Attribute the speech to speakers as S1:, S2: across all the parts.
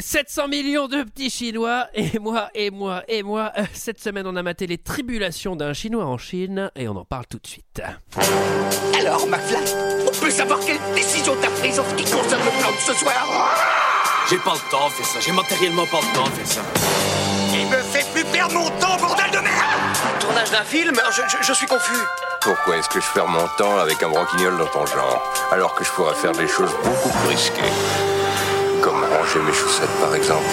S1: 700 millions de petits Chinois et moi et moi et moi. Euh, Cette semaine, on a maté les tribulations d'un Chinois en Chine et on en parle tout de suite.
S2: Alors, McFly, on peut savoir quelle décision t'as prise en ce qui concerne le plan de ce soir
S3: J'ai pas le temps de faire ça, j'ai matériellement pas le temps de faire ça.
S2: Il me fait plus perdre mon temps, bordel de merde
S4: Tournage d'un film je, je- je suis confus.
S5: Pourquoi est-ce que je perds mon temps avec un broquignol dans ton genre, alors que je pourrais faire des choses beaucoup plus risquées Comme ranger mes chaussettes, par exemple.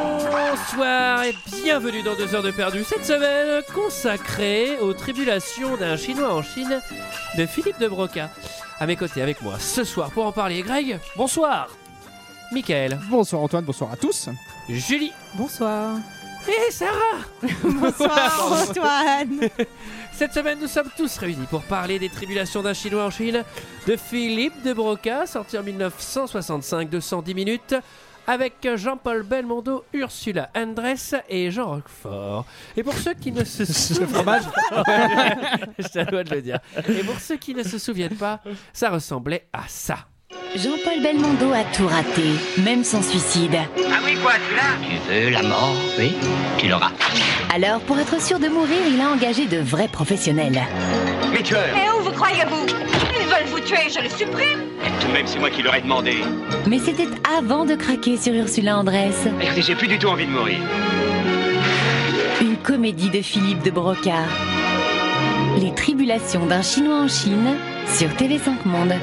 S1: Bonsoir et bienvenue dans 2 heures de perdu. Cette semaine consacrée aux tribulations d'un Chinois en Chine de Philippe de Broca. À mes côtés, avec moi, ce soir pour en parler, Greg. Bonsoir. Michael,
S6: Bonsoir Antoine, bonsoir à tous.
S1: Julie
S7: Bonsoir.
S1: et Sarah.
S7: Bonsoir Antoine.
S1: Cette semaine, nous sommes tous réunis pour parler des tribulations d'un Chinois en Chine, de Philippe de Broca, sorti en 1965, 210 minutes, avec Jean-Paul Belmondo, Ursula Andress et Jean Roquefort. Et pour ceux qui ne se souviennent pas, dois de le dire. Et pour ceux qui ne se souviennent pas, ça ressemblait à ça.
S8: Jean-Paul Belmondo a tout raté, même son suicide.
S2: Ah oui, quoi, tu l'as Tu veux la mort, oui Tu l'auras.
S8: Alors, pour être sûr de mourir, il a engagé de vrais professionnels.
S9: Mais où vous croyez-vous Ils veulent vous tuer, je les supprime.
S4: Tout de même, c'est moi qui l'aurais demandé.
S8: Mais c'était avant de craquer sur Ursula Andress,
S4: Écoutez, j'ai plus du tout envie de mourir.
S8: une comédie de Philippe de Broca. Les tribulations d'un Chinois en Chine sur TV5 Monde.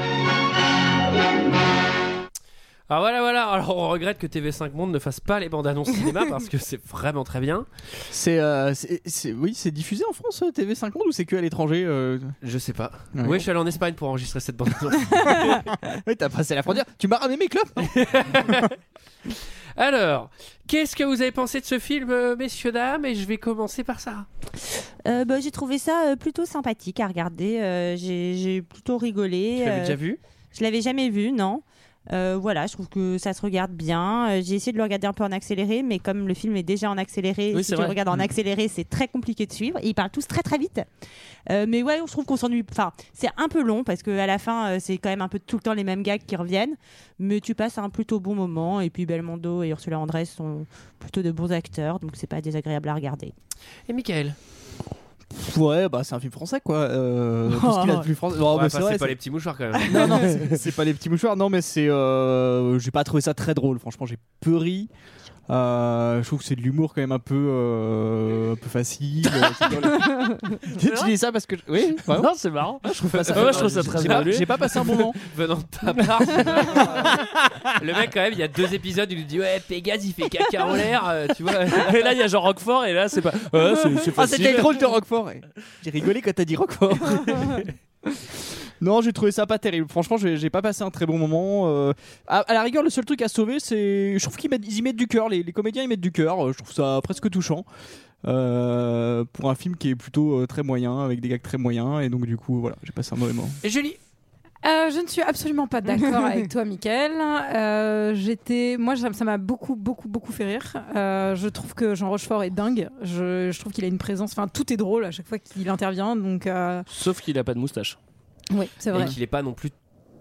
S1: Alors voilà, voilà. Alors on regrette que TV5 Monde ne fasse pas les bandes annonces cinéma parce que c'est vraiment très bien.
S6: C'est, euh, c'est- c'est- oui, c'est diffusé en France euh, TV 5 Monde ou c'est que à l'étranger euh
S1: Je sais pas.
S6: Ouais.
S1: Oui, je suis allé en Espagne pour enregistrer cette bande annonce.
S6: Ouais, t'as passé la frontière. Tu m'as ramené mes clopes.
S1: Alors, qu'est-ce que vous avez pensé de ce film, euh, messieurs, dames Et je vais commencer par ça.
S7: Euh, bah, j'ai trouvé ça euh, plutôt sympathique à regarder. euh, j'ai, j'ai plutôt rigolé.
S6: Tu l'avais
S7: euh,
S6: déjà vu
S7: Je l'avais jamais vu, non. Euh, voilà, je trouve que ça se regarde bien. Euh, J'ai essayé de le regarder un peu en accéléré, mais comme le film est déjà en accéléré,
S6: Oui,
S7: si
S6: c'est
S7: tu
S6: vrai.
S7: le regardes en
S6: Mm.
S7: accéléré, c'est très compliqué de suivre. Et ils parlent tous très très vite. Euh, mais ouais, je trouve qu'on s'ennuie. Enfin, c'est un peu long parce que à la fin, euh, c'est quand même un peu tout le temps les mêmes gags qui reviennent. Mais tu passes un plutôt bon moment. Et puis Belmondo et Ursula Andress sont plutôt de bons acteurs, donc c'est pas désagréable à regarder.
S1: Et Michael
S6: Ouais, bah c'est un film français quoi. Euh, tout ce qu'il a de plus français. Non, mais c'est vrai, c'est-
S1: petits mouchoirs quand même.
S6: non, non, c'est- c'est pas les petits mouchoirs. Non, mais c'est. euh, j'ai pas trouvé ça très drôle. Franchement, j'ai peu ri. Euh, je trouve que c'est de l'humour quand même un peu, euh, un peu facile. tu dis ça parce que oui, vraiment,
S1: non, c'est marrant.
S6: je trouve pas ça.
S1: Ouais, je trouve ça très
S6: J'ai pas-
S1: drôle.
S6: J'ai pas passé un bon moment.
S1: Venant de ta part. c'est marrant. le mec, quand même, il y a deux épisodes, il lui dit Ouais, Pégase, il fait caca en l'air, euh, tu vois.
S10: Et là, il y a Jean Roquefort, et là, c'est pas. Ouais, c'est- c'est
S6: Ah,
S10: facile.
S6: c'était drôle de Roquefort. J'ai rigolé quand t'as dit Roquefort. non, j'ai trouvé ça pas terrible. Franchement, j'ai j'ai pas passé un très bon moment. euh. à, à la rigueur, le seul truc à sauver, c'est. Je trouve qu'ils mettent- ils y mettent du cœur. Les, les comédiens, ils mettent du cœur. Euh, Je trouve ça presque touchant. Euh, pour un film qui est plutôt euh, très moyen, avec des gags très moyens, et donc du coup, voilà, j'ai passé un mauvais moment.
S1: Et Julie
S11: Euh, je ne suis absolument pas d'accord avec toi, Mickaël. Euh, J'étais, moi, ça ça m'a beaucoup, beaucoup, beaucoup fait rire. Euh, je trouve que Jean Rochefort est dingue. Je, je trouve qu'il a une présence. Enfin, tout est drôle à chaque fois qu'il intervient. Donc, euh,
S10: Sauf qu'il a pas de moustache.
S11: oui, c'est
S1: Et
S11: vrai.
S1: qu'il est pas non plus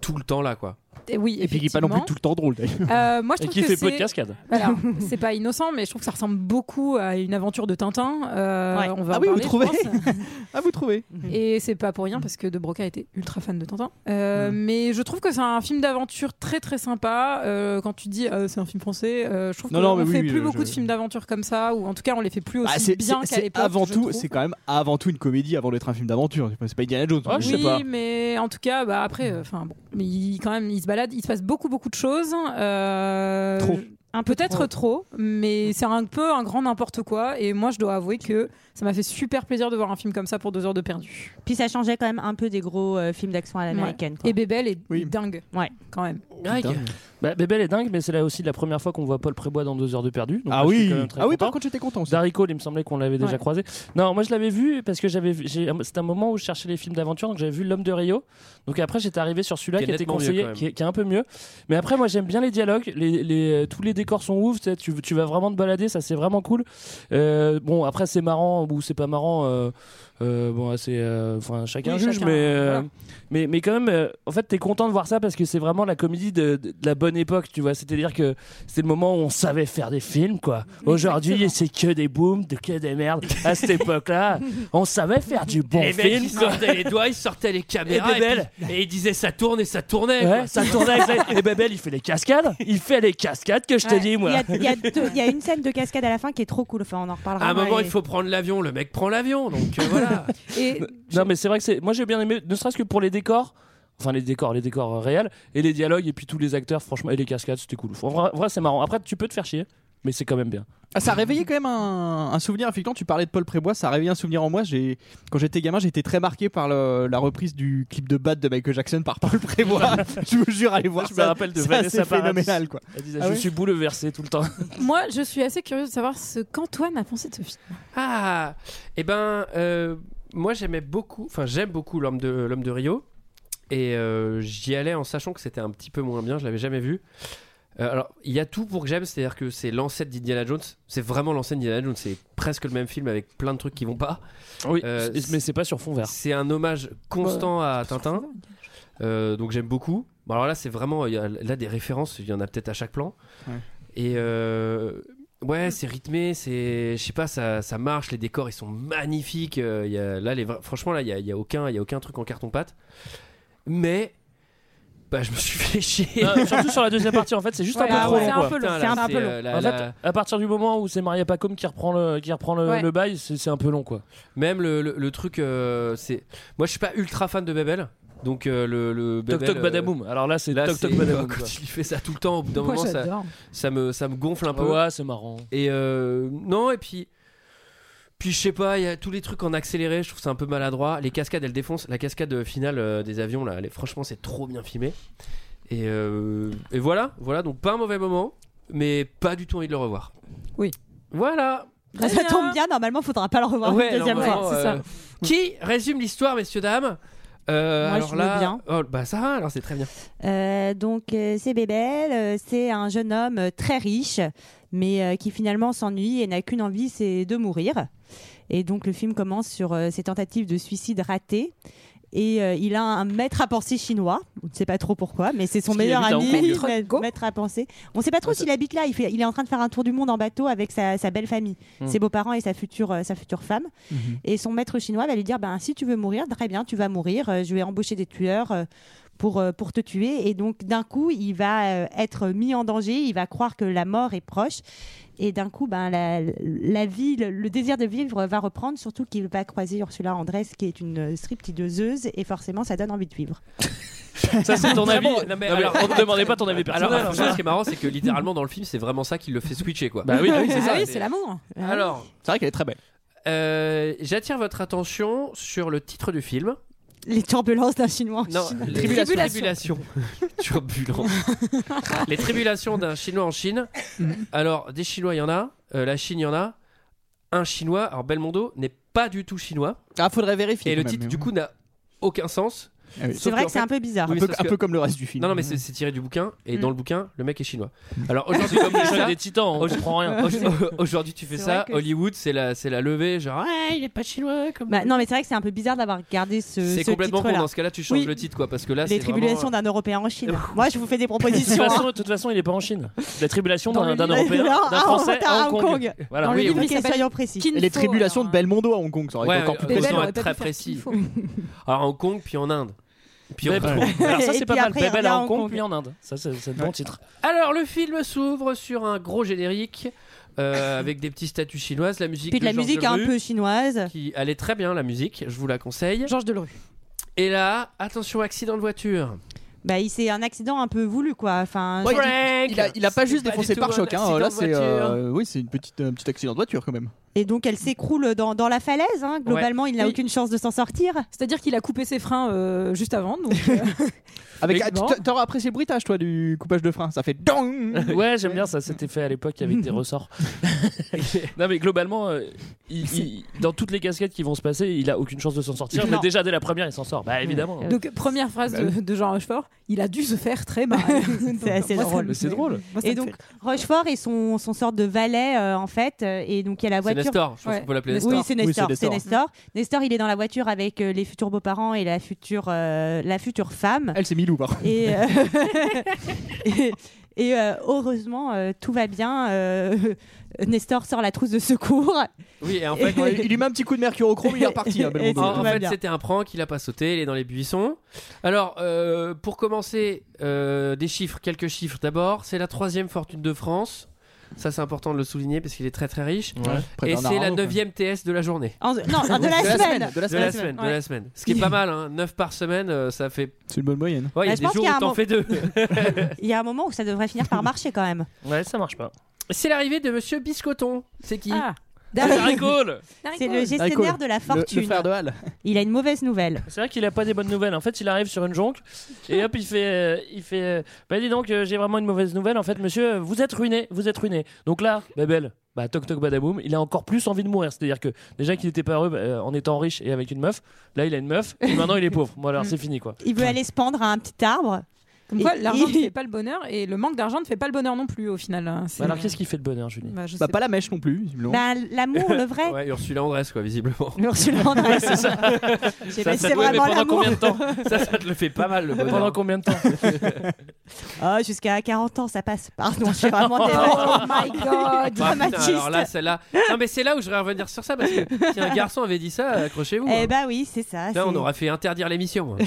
S1: tout le temps là, quoi.
S11: Et oui,
S6: Et puis, il est pas non plus tout le temps drôle d'ailleurs.
S11: effectivement. Euh, moi, je
S10: Et
S11: trouve
S10: qui
S11: que
S10: fait peu de
S11: c'est-
S10: cascades.
S11: Voilà, c'est pas innocent, mais je trouve que ça ressemble beaucoup à une aventure de Tintin. Euh,
S7: Ouais.
S11: On va
S6: Ah
S11: en
S6: oui, vous
S11: parler, je
S6: trouvez
S11: pense.
S6: Ah, vous trouvez
S11: Et c'est pas pour rien parce que De Broca était ultra fan de Tintin. Euh, Mais je trouve que c'est un film d'aventure très très sympa. Euh, quand tu dis euh, c'est un film français, euh, je trouve
S6: Non, non,
S11: qu'on
S6: mais oui,
S11: fait
S6: oui,
S11: plus
S6: je-
S11: beaucoup de
S6: je-
S11: films d'aventure comme ça, ou en tout cas on les fait plus
S6: Bah,
S11: aussi
S6: c'est
S11: bien
S6: c'est-
S11: qu'à
S6: c'est
S11: l'époque.
S6: avant
S11: je
S6: tout,
S11: trouve.
S6: c'est quand même avant tout une comédie avant d'être un film d'aventure. C'est pas Indiana Jones. mais-
S10: je sais
S11: Ah oui,
S10: pas.
S11: mais en tout cas, bah, après, enfin bon, mais il, quand même, il se balade, il se passe beaucoup beaucoup de choses. Euh,
S6: Trop.
S7: Un peu
S11: Peut-être trop, mais c'est un peu un grand n'importe quoi. Et moi, je dois avouer que ça m'a fait super plaisir de voir un film comme ça pour deux heures de perdu.
S7: Puis ça changeait quand même un peu des gros euh, films d'action à l'américaine. quoi.
S10: Ah.
S11: Et Bébel est
S6: Oui.
S11: dingue.
S7: Ouais.
S11: Quand même.
S1: Greg
S10: Bah, Bébel est dingue, mais c'est là aussi la première fois qu'on voit Paul Prébois dans deux heures de perdu. Donc
S6: Ah
S10: moi, je suis
S6: oui,
S10: quand même très
S6: ah oui.
S10: content.
S6: Par contre, j'étais content. aussi.
S10: Darry Cole, il me semblait qu'on l'avait déjà
S11: Ouais.
S10: croisé. Non, moi je l'avais vu parce que j'avais vu- j'ai- c'était un moment où je cherchais les films d'aventure, donc j'avais vu L'homme de Rio. Donc après j'étais arrivé sur celui-là
S1: Qui
S10: qui,
S1: est
S10: était
S1: nettement mieux,
S10: conseillé,
S1: quand même.
S10: qui, est, qui est un peu mieux. Mais après moi j'aime bien les dialogues, les, les- tous les décors sont ouf, tu sais, tu, tu vas vraiment te balader, ça c'est vraiment cool. Euh, bon, après c'est marrant ou c'est pas marrant, euh, euh, bon, c'est euh, enfin chacun
S1: Oui,
S10: juge,
S1: chacun,
S10: mais, euh, mais mais quand même, euh, en fait, t'es content de voir ça parce que c'est vraiment la comédie de, de- de la bonne époque, tu vois. C'est-à-dire que c'est le moment où on savait faire des films, quoi. Aujourd'hui, c'est que des booms, de que des merdes. À cette époque-là, on savait faire du bon
S1: les mecs,
S10: film.
S1: ils
S10: quoi.
S1: sortaient les doigts, ils sortaient les caméras.
S10: Et
S1: Et,
S10: Bébel.
S1: puis- et ils disaient ça tourne et ça tournait.
S10: Ouais,
S1: quoi.
S10: ça tournait avec la- Et Bébel, il fait les cascades. Il fait les cascades que je t'ai
S7: Ouais.
S10: dit, moi.
S7: Il y, a- il y a deux- il y a une scène de cascade à la fin qui est trop cool. Enfin, on en reparlera.
S11: Ah
S1: À un moment,
S7: mais-
S1: il faut prendre l'avion. Le mec prend l'avion, donc euh, voilà.
S10: Non, mais c'est vrai que c'est. Moi, j'ai bien aimé, ne serait-ce que pour les décors. Enfin, les décors, les décors euh, réels. Et les dialogues, et puis tous les acteurs, franchement, et les cascades, c'était cool. En vrai, en vrai, c'est marrant. Après, tu peux te faire chier, mais c'est quand même bien.
S6: Ah, ça a réveillé quand même un, un souvenir. Effectivement, tu parlais de Paul Prébois, ça a réveillé un souvenir en moi. J'ai, quand j'étais gamin, j'étais très marqué par le- la reprise du clip de Bad de Michael Jackson par Paul Prébois. je vous jure, allez voir
S10: je
S6: ça.
S10: me rappelle de
S6: ça,
S10: Vanessa
S6: c'est
S10: Paradis.
S6: phénoménal, quoi.
S10: Elle disait,
S6: Ah
S10: je
S6: ouais
S10: suis bouleversé tout le temps.
S11: Moi, je suis assez curieuse de savoir ce qu'Antoine a pensé de ce film.
S1: Ah, et ben, euh, moi j'aimais beaucoup, enfin j'aime beaucoup l'homme de l'homme de Rio, et euh, j'y allais en sachant que c'était un petit peu moins bien, je l'avais jamais vu. Euh, alors, il y a tout pour que j'aime, c'est-à-dire que c'est l'ancêtre d'Indiana Jones, c'est vraiment l'ancêtre d'Indiana Jones, c'est presque le même film avec plein de trucs qui vont pas.
S10: Oui,
S1: Euh,
S10: c'est- mais c'est pas sur fond vert.
S1: C'est un hommage constant à Tintin, Euh, donc j'aime beaucoup. Bon, alors là, c'est vraiment, il y a- là des références, il y en a peut-être à chaque plan. Et euh, ouais, c'est rythmé, c'est, je sais pas, ça, ça marche, les décors ils sont magnifiques. euh, il y a, là, les, vra- franchement, là, il y a, il y a aucun, il y a aucun truc en carton pâte. Mais bah, je me suis fait chier.
S10: Euh, surtout sur la deuxième partie, en fait, c'est juste
S1: Ouais,
S10: un peu
S1: ah
S10: trop
S1: ouais,
S10: long,
S1: c'est
S10: quoi.
S1: un peu long, Putain, là, c'est un peu c'est, long. euh, la-
S10: en
S1: la-
S10: fait, à partir du moment où c'est Maria Pacom qui reprend le, qui reprend le,
S1: Ouais.
S10: le bail, c'est c'est un peu long, quoi.
S1: Même le, le- le truc, euh, c'est, moi, je suis pas ultra fan de Bebel. Donc euh, le, le
S10: Toc
S1: Bebel,
S10: toc
S1: euh,
S10: badaboum. Alors là, Ah, c'est
S1: là,
S10: toc toc
S1: c'est-
S10: badaboum.
S1: quand
S10: quoi.
S1: il fait ça tout le temps, au bout d'un
S10: Moi,
S1: moment, ça,
S10: j'adore.
S1: ça me, ça me gonfle un peu.
S10: Ouais, c'est marrant.
S1: Et euh, non, et puis. Puis je sais pas, il y a tous les trucs en accéléré, je trouve ça un peu maladroit. Les cascades, elles défoncent. La cascade euh, finale euh, des avions, là, elle est- franchement, c'est trop bien filmé. Et, euh, et voilà, voilà, donc pas un mauvais moment, mais pas du tout envie de le revoir.
S11: Oui.
S1: Voilà.
S7: Bah, ça tombe bien, normalement, faudra pas le revoir
S1: Ouais,
S7: une deuxième
S1: normalement,
S7: fois.
S1: euh, Qui résume l'histoire, messieurs, dames Euh,
S7: Moi,
S1: alors
S7: je veux
S1: là,
S7: bien.
S1: oh, bah ça va, alors c'est très bien.
S7: Euh, donc euh, c'est Bébel, euh, c'est un jeune homme euh, très riche, mais euh, qui finalement s'ennuie et n'a qu'une envie, c'est de mourir. Et donc le film commence sur euh, ses tentatives de suicide ratées. Et euh, il a un maître à penser chinois, on ne sait pas trop pourquoi, mais c'est son
S11: Parce qu'il
S7: meilleur
S11: habite à
S7: ami,
S11: Hong Kong.
S7: ma- maître à penser. On ne sait pas trop s'il habite là, il, fait- il est en train de faire un tour du monde en bateau avec sa, sa belle famille,
S11: Mm.
S7: ses beaux-parents et sa future, euh, sa future femme.
S11: Mhm.
S7: Et son maître chinois va lui dire ben, si tu veux mourir, très bien, tu vas mourir. Euh, Je vais embaucher des tueurs euh, pour, euh, pour te tuer. Et donc, d'un coup, il va euh, être mis en danger. Il va croire que la mort est proche. Et d'un coup, ben, la, la vie, le, le désir de vivre va reprendre, surtout qu'il va croiser Ursula Andress, qui est une euh, stripteaseuse, et forcément, ça donne envie de vivre.
S10: Ça, c'est ton avis.
S1: Vraiment,
S10: Non,
S1: non, mais
S10: mais
S1: alors-
S10: on ne demandait pas ton avis personnel.
S1: Alors,
S10: hein.
S1: franchement, ce qui est marrant, c'est que littéralement dans le film, c'est vraiment ça qui le fait switcher, quoi.
S10: Bah oui, bah oui, c'est
S11: Ah oui, c'est l'amour.
S7: Hein,
S1: Alors,
S6: c'est vrai qu'elle est très belle.
S1: Euh, J'attire votre attention sur le titre du film.
S7: Les turbulences d'un Chinois. en
S1: Non,
S7: Chine.
S1: les tribulations. Turbulence. les tribulations d'un Chinois en Chine. Alors, des Chinois, il y en a. Euh, la Chine, il y en a. Un Chinois, alors Belmondo, n'est pas du tout chinois.
S6: Ah, faudrait vérifier.
S1: Et
S6: quand
S1: le
S6: même,
S1: titre,
S6: mais
S1: du
S6: oui.
S1: coup, n'a aucun sens.
S6: Ah oui.
S1: Sauf
S6: C'est vrai
S1: en
S6: que c'est un peu bizarre. Un
S1: mais
S6: peu-
S1: parce
S6: un peu comme le reste du film.
S1: Non, non, mais c'est c'est tiré du bouquin. Et
S6: Mm.
S1: dans le bouquin, le mec est chinois.
S10: Mm.
S1: Alors aujourd'hui,
S10: C'est
S1: tu
S10: comme
S1: fais
S10: les
S1: ça.
S10: des titans,
S7: hein.
S10: on
S1: Aujourd'hui-
S10: comprend rien.
S1: Aujourd'hui, tu fais
S10: C'est
S1: ça.
S10: vrai que-
S1: Hollywood, c'est la, c'est la levée. Genre, Ah, il est pas chinois comme.
S7: Bah, non, mais c'est vrai que c'est un peu bizarre d'avoir regardé ce.
S1: C'est
S7: ce
S1: complètement con.
S7: titre-là.
S1: Dans ce cas-là, tu changes
S7: Oui.
S1: le titre, quoi, parce
S10: hein.
S1: que là,
S7: les
S1: c'est vraiment- euh,
S7: tribulations d'un Européen en Chine. Moi, je vous fais des
S10: euh, De toute,
S7: propositions.
S10: façon,
S7: hein.
S10: de toute façon, il est pas en Chine. La tribulation
S7: Dans
S10: d'un
S7: le
S10: d'un
S7: livre,
S10: Européen,
S7: alors,
S10: d'un
S7: ah,
S10: Français
S7: à Hong Kong.
S10: Voilà.
S7: Dans le
S10: Oui,
S7: livre,
S10: oui.
S7: il s'appelle soyons précis.
S6: Et les
S11: hein.
S6: tribulations de Belmondo à Hong Kong, ça aurait
S1: Ouais,
S6: été encore
S1: ouais,
S6: plus
S1: ouais,
S6: précis.
S1: on va être très précis. Alors, à Hong Kong, puis en Inde. Puis
S10: Ouais,
S1: on
S10: bah,
S1: retrouve.
S10: Alors ça,
S1: Et
S10: c'est pas
S1: puis
S10: mal.
S1: après, il
S10: Bébel
S1: revient
S10: à
S1: à
S10: Hong Kong,
S1: Hong
S10: puis en Inde. Ça, c'est c'est le bon titre.
S1: Alors, le film s'ouvre sur un gros générique euh, avec des petits statues chinoises, la musique.
S7: Puis de la
S1: Georges
S7: musique un
S1: Delerue,
S7: peu chinoise.
S1: Qui, elle est très bien, la musique, je vous la conseille.
S11: Georges Delerue.
S1: Et là, attention, accident de voiture.
S7: Bah, il c'est un accident un peu voulu quoi. Enfin,
S6: Ouais,
S7: je-
S6: il, il a, il a pas juste défoncé
S1: tout
S6: par choc,
S1: un
S6: hein. là
S1: accident de
S6: c'est euh,
S1: voiture.
S6: oui, c'est une petite, un petit accident de voiture quand même.
S7: Et donc elle s'écroule dans, dans la falaise. hein. Globalement, il n'a aucune chance de s'en sortir.
S11: C'est-à-dire qu'il a coupé ses freins euh, juste avant. Donc, euh,
S6: Avec,
S11: Mais-
S6: ah, tu- t'a- T'auras apprécié le bruitage, toi, du coupage de frein. Ça fait dong
S10: ouais, j'aime bien ça. C'était fait à l'époque avec des ressorts. non, mais globalement, euh, il- il- dans toutes les casquettes qui vont se passer, il a aucune chance de s'en sortir.
S11: Non.
S10: Mais déjà dès la première, il s'en sort. Bah évidemment.
S11: donc, première phrase
S10: Bah
S11: de,
S10: oui.
S11: de Jean Rochefort, il a dû se faire très mal.
S7: C'est assez
S11: Moi, ça
S7: drôle.
S11: me-
S10: c'est drôle.
S11: moi, ça
S7: Et
S11: me
S7: donc
S11: fait
S7: Rochefort est son, son sorte de valet euh, en fait. euh, Et donc il y a la
S1: C'est
S7: voiture.
S1: Nestor, je pense qu'on peut l'appeler Nestor.
S7: Oui, c'est
S1: Oui,
S7: Nestor.
S1: c'est
S7: c'est
S1: Nestor.
S7: Nestor. Nestor, il est dans la voiture avec euh, les futurs beaux-parents et la future, euh, la future femme.
S6: Elle, c'est Milou, par contre.
S7: Et, euh, et, et, euh, heureusement, euh, tout va bien. euh, Nestor sort la trousse de secours.
S1: Oui, et en fait,
S6: Ouais, il lui met un petit coup de mercurochrome, il est reparti. hein, Belmondo.
S1: En, en fait, c'était un prank, il a pas sauté, il est dans les buissons. Alors, euh, pour commencer, euh, des chiffres, quelques chiffres d'abord. C'est la troisième fortune de France. Ça, c'est important de le souligner parce qu'il est très très riche.
S6: après
S1: Et
S6: Bernard
S1: c'est la
S6: Arnault, quoi.
S1: neuvième TS de la journée.
S7: En- non, non,
S6: Ah,
S7: de la semaine.
S1: De la semaine, de la
S7: Ouais.
S1: semaine. Ce qui est pas mal, hein. 9 par semaine, euh, ça fait.
S6: C'est une bonne moyenne.
S1: Ouais, il y
S7: Bah,
S1: a
S7: je
S1: des
S7: pense
S1: jours
S7: qu'il y a
S1: où
S7: un
S1: t'en
S7: mo-
S1: fais deux.
S7: Il y a un moment où ça devrait finir par marcher quand même.
S10: Ouais, ça marche pas.
S1: c'est l'arrivée de monsieur Biscoton. C'est qui
S11: Ah,
S1: Darry Cole.
S7: C'est le gestionnaire de la fortune.
S6: Le, frère de Hal.
S7: Il a une mauvaise nouvelle.
S10: C'est vrai qu'il a pas des bonnes nouvelles. En fait, il arrive sur une jonque et hop, il fait, euh, il fait. euh, bah dis donc, euh, j'ai vraiment une mauvaise nouvelle. En fait, monsieur, euh, vous êtes ruiné, vous êtes ruiné. Donc là, Babel, bah toc toc badaboum, il a encore plus envie de mourir. C'est-à-dire que déjà qu'il était pas heureux bah, euh, en étant riche et avec une meuf, là il a une meuf et maintenant il est pauvre. Bon alors c'est fini quoi.
S7: Il veut aller se pendre à un petit arbre.
S11: Mm. Comme
S7: Et-
S11: quoi, l'argent
S7: et-
S11: ne fait pas le bonheur et le manque d'argent ne fait pas le bonheur non plus au final. hein. C'est-
S10: Bah, alors qu'est-ce qui fait de bonheur, Julie
S11: Bah, je
S6: Bah,
S11: sais
S6: pas la mèche non plus, visiblement.
S7: Bah, l'amour, le vrai.
S1: Ouais, Ursula Andress, quoi, visiblement.
S7: Ursula Andress.
S10: C'est ça.
S7: Je sais
S1: Ça,
S7: pas si
S1: ça
S7: c'est
S1: doit- mais
S7: vraiment
S1: pendant
S7: l'amour.
S1: combien de temps Ça, ça te le fait pas mal le bonheur.
S10: Pendant combien de temps
S7: Ah, Jusqu'à 40 ans, ça passe. Pardon, je suis vraiment des-
S11: Oh my god
S1: Ah, putain,
S7: dramatiste.
S1: alors là, celle-là. Non, mais c'est là où je vais revenir sur ça parce que si un garçon avait dit ça, accrochez-vous. hein.
S7: Eh bah oui, c'est ça.
S1: Putain, on
S7: c'est-
S1: aurait fait interdire l'émission. hein.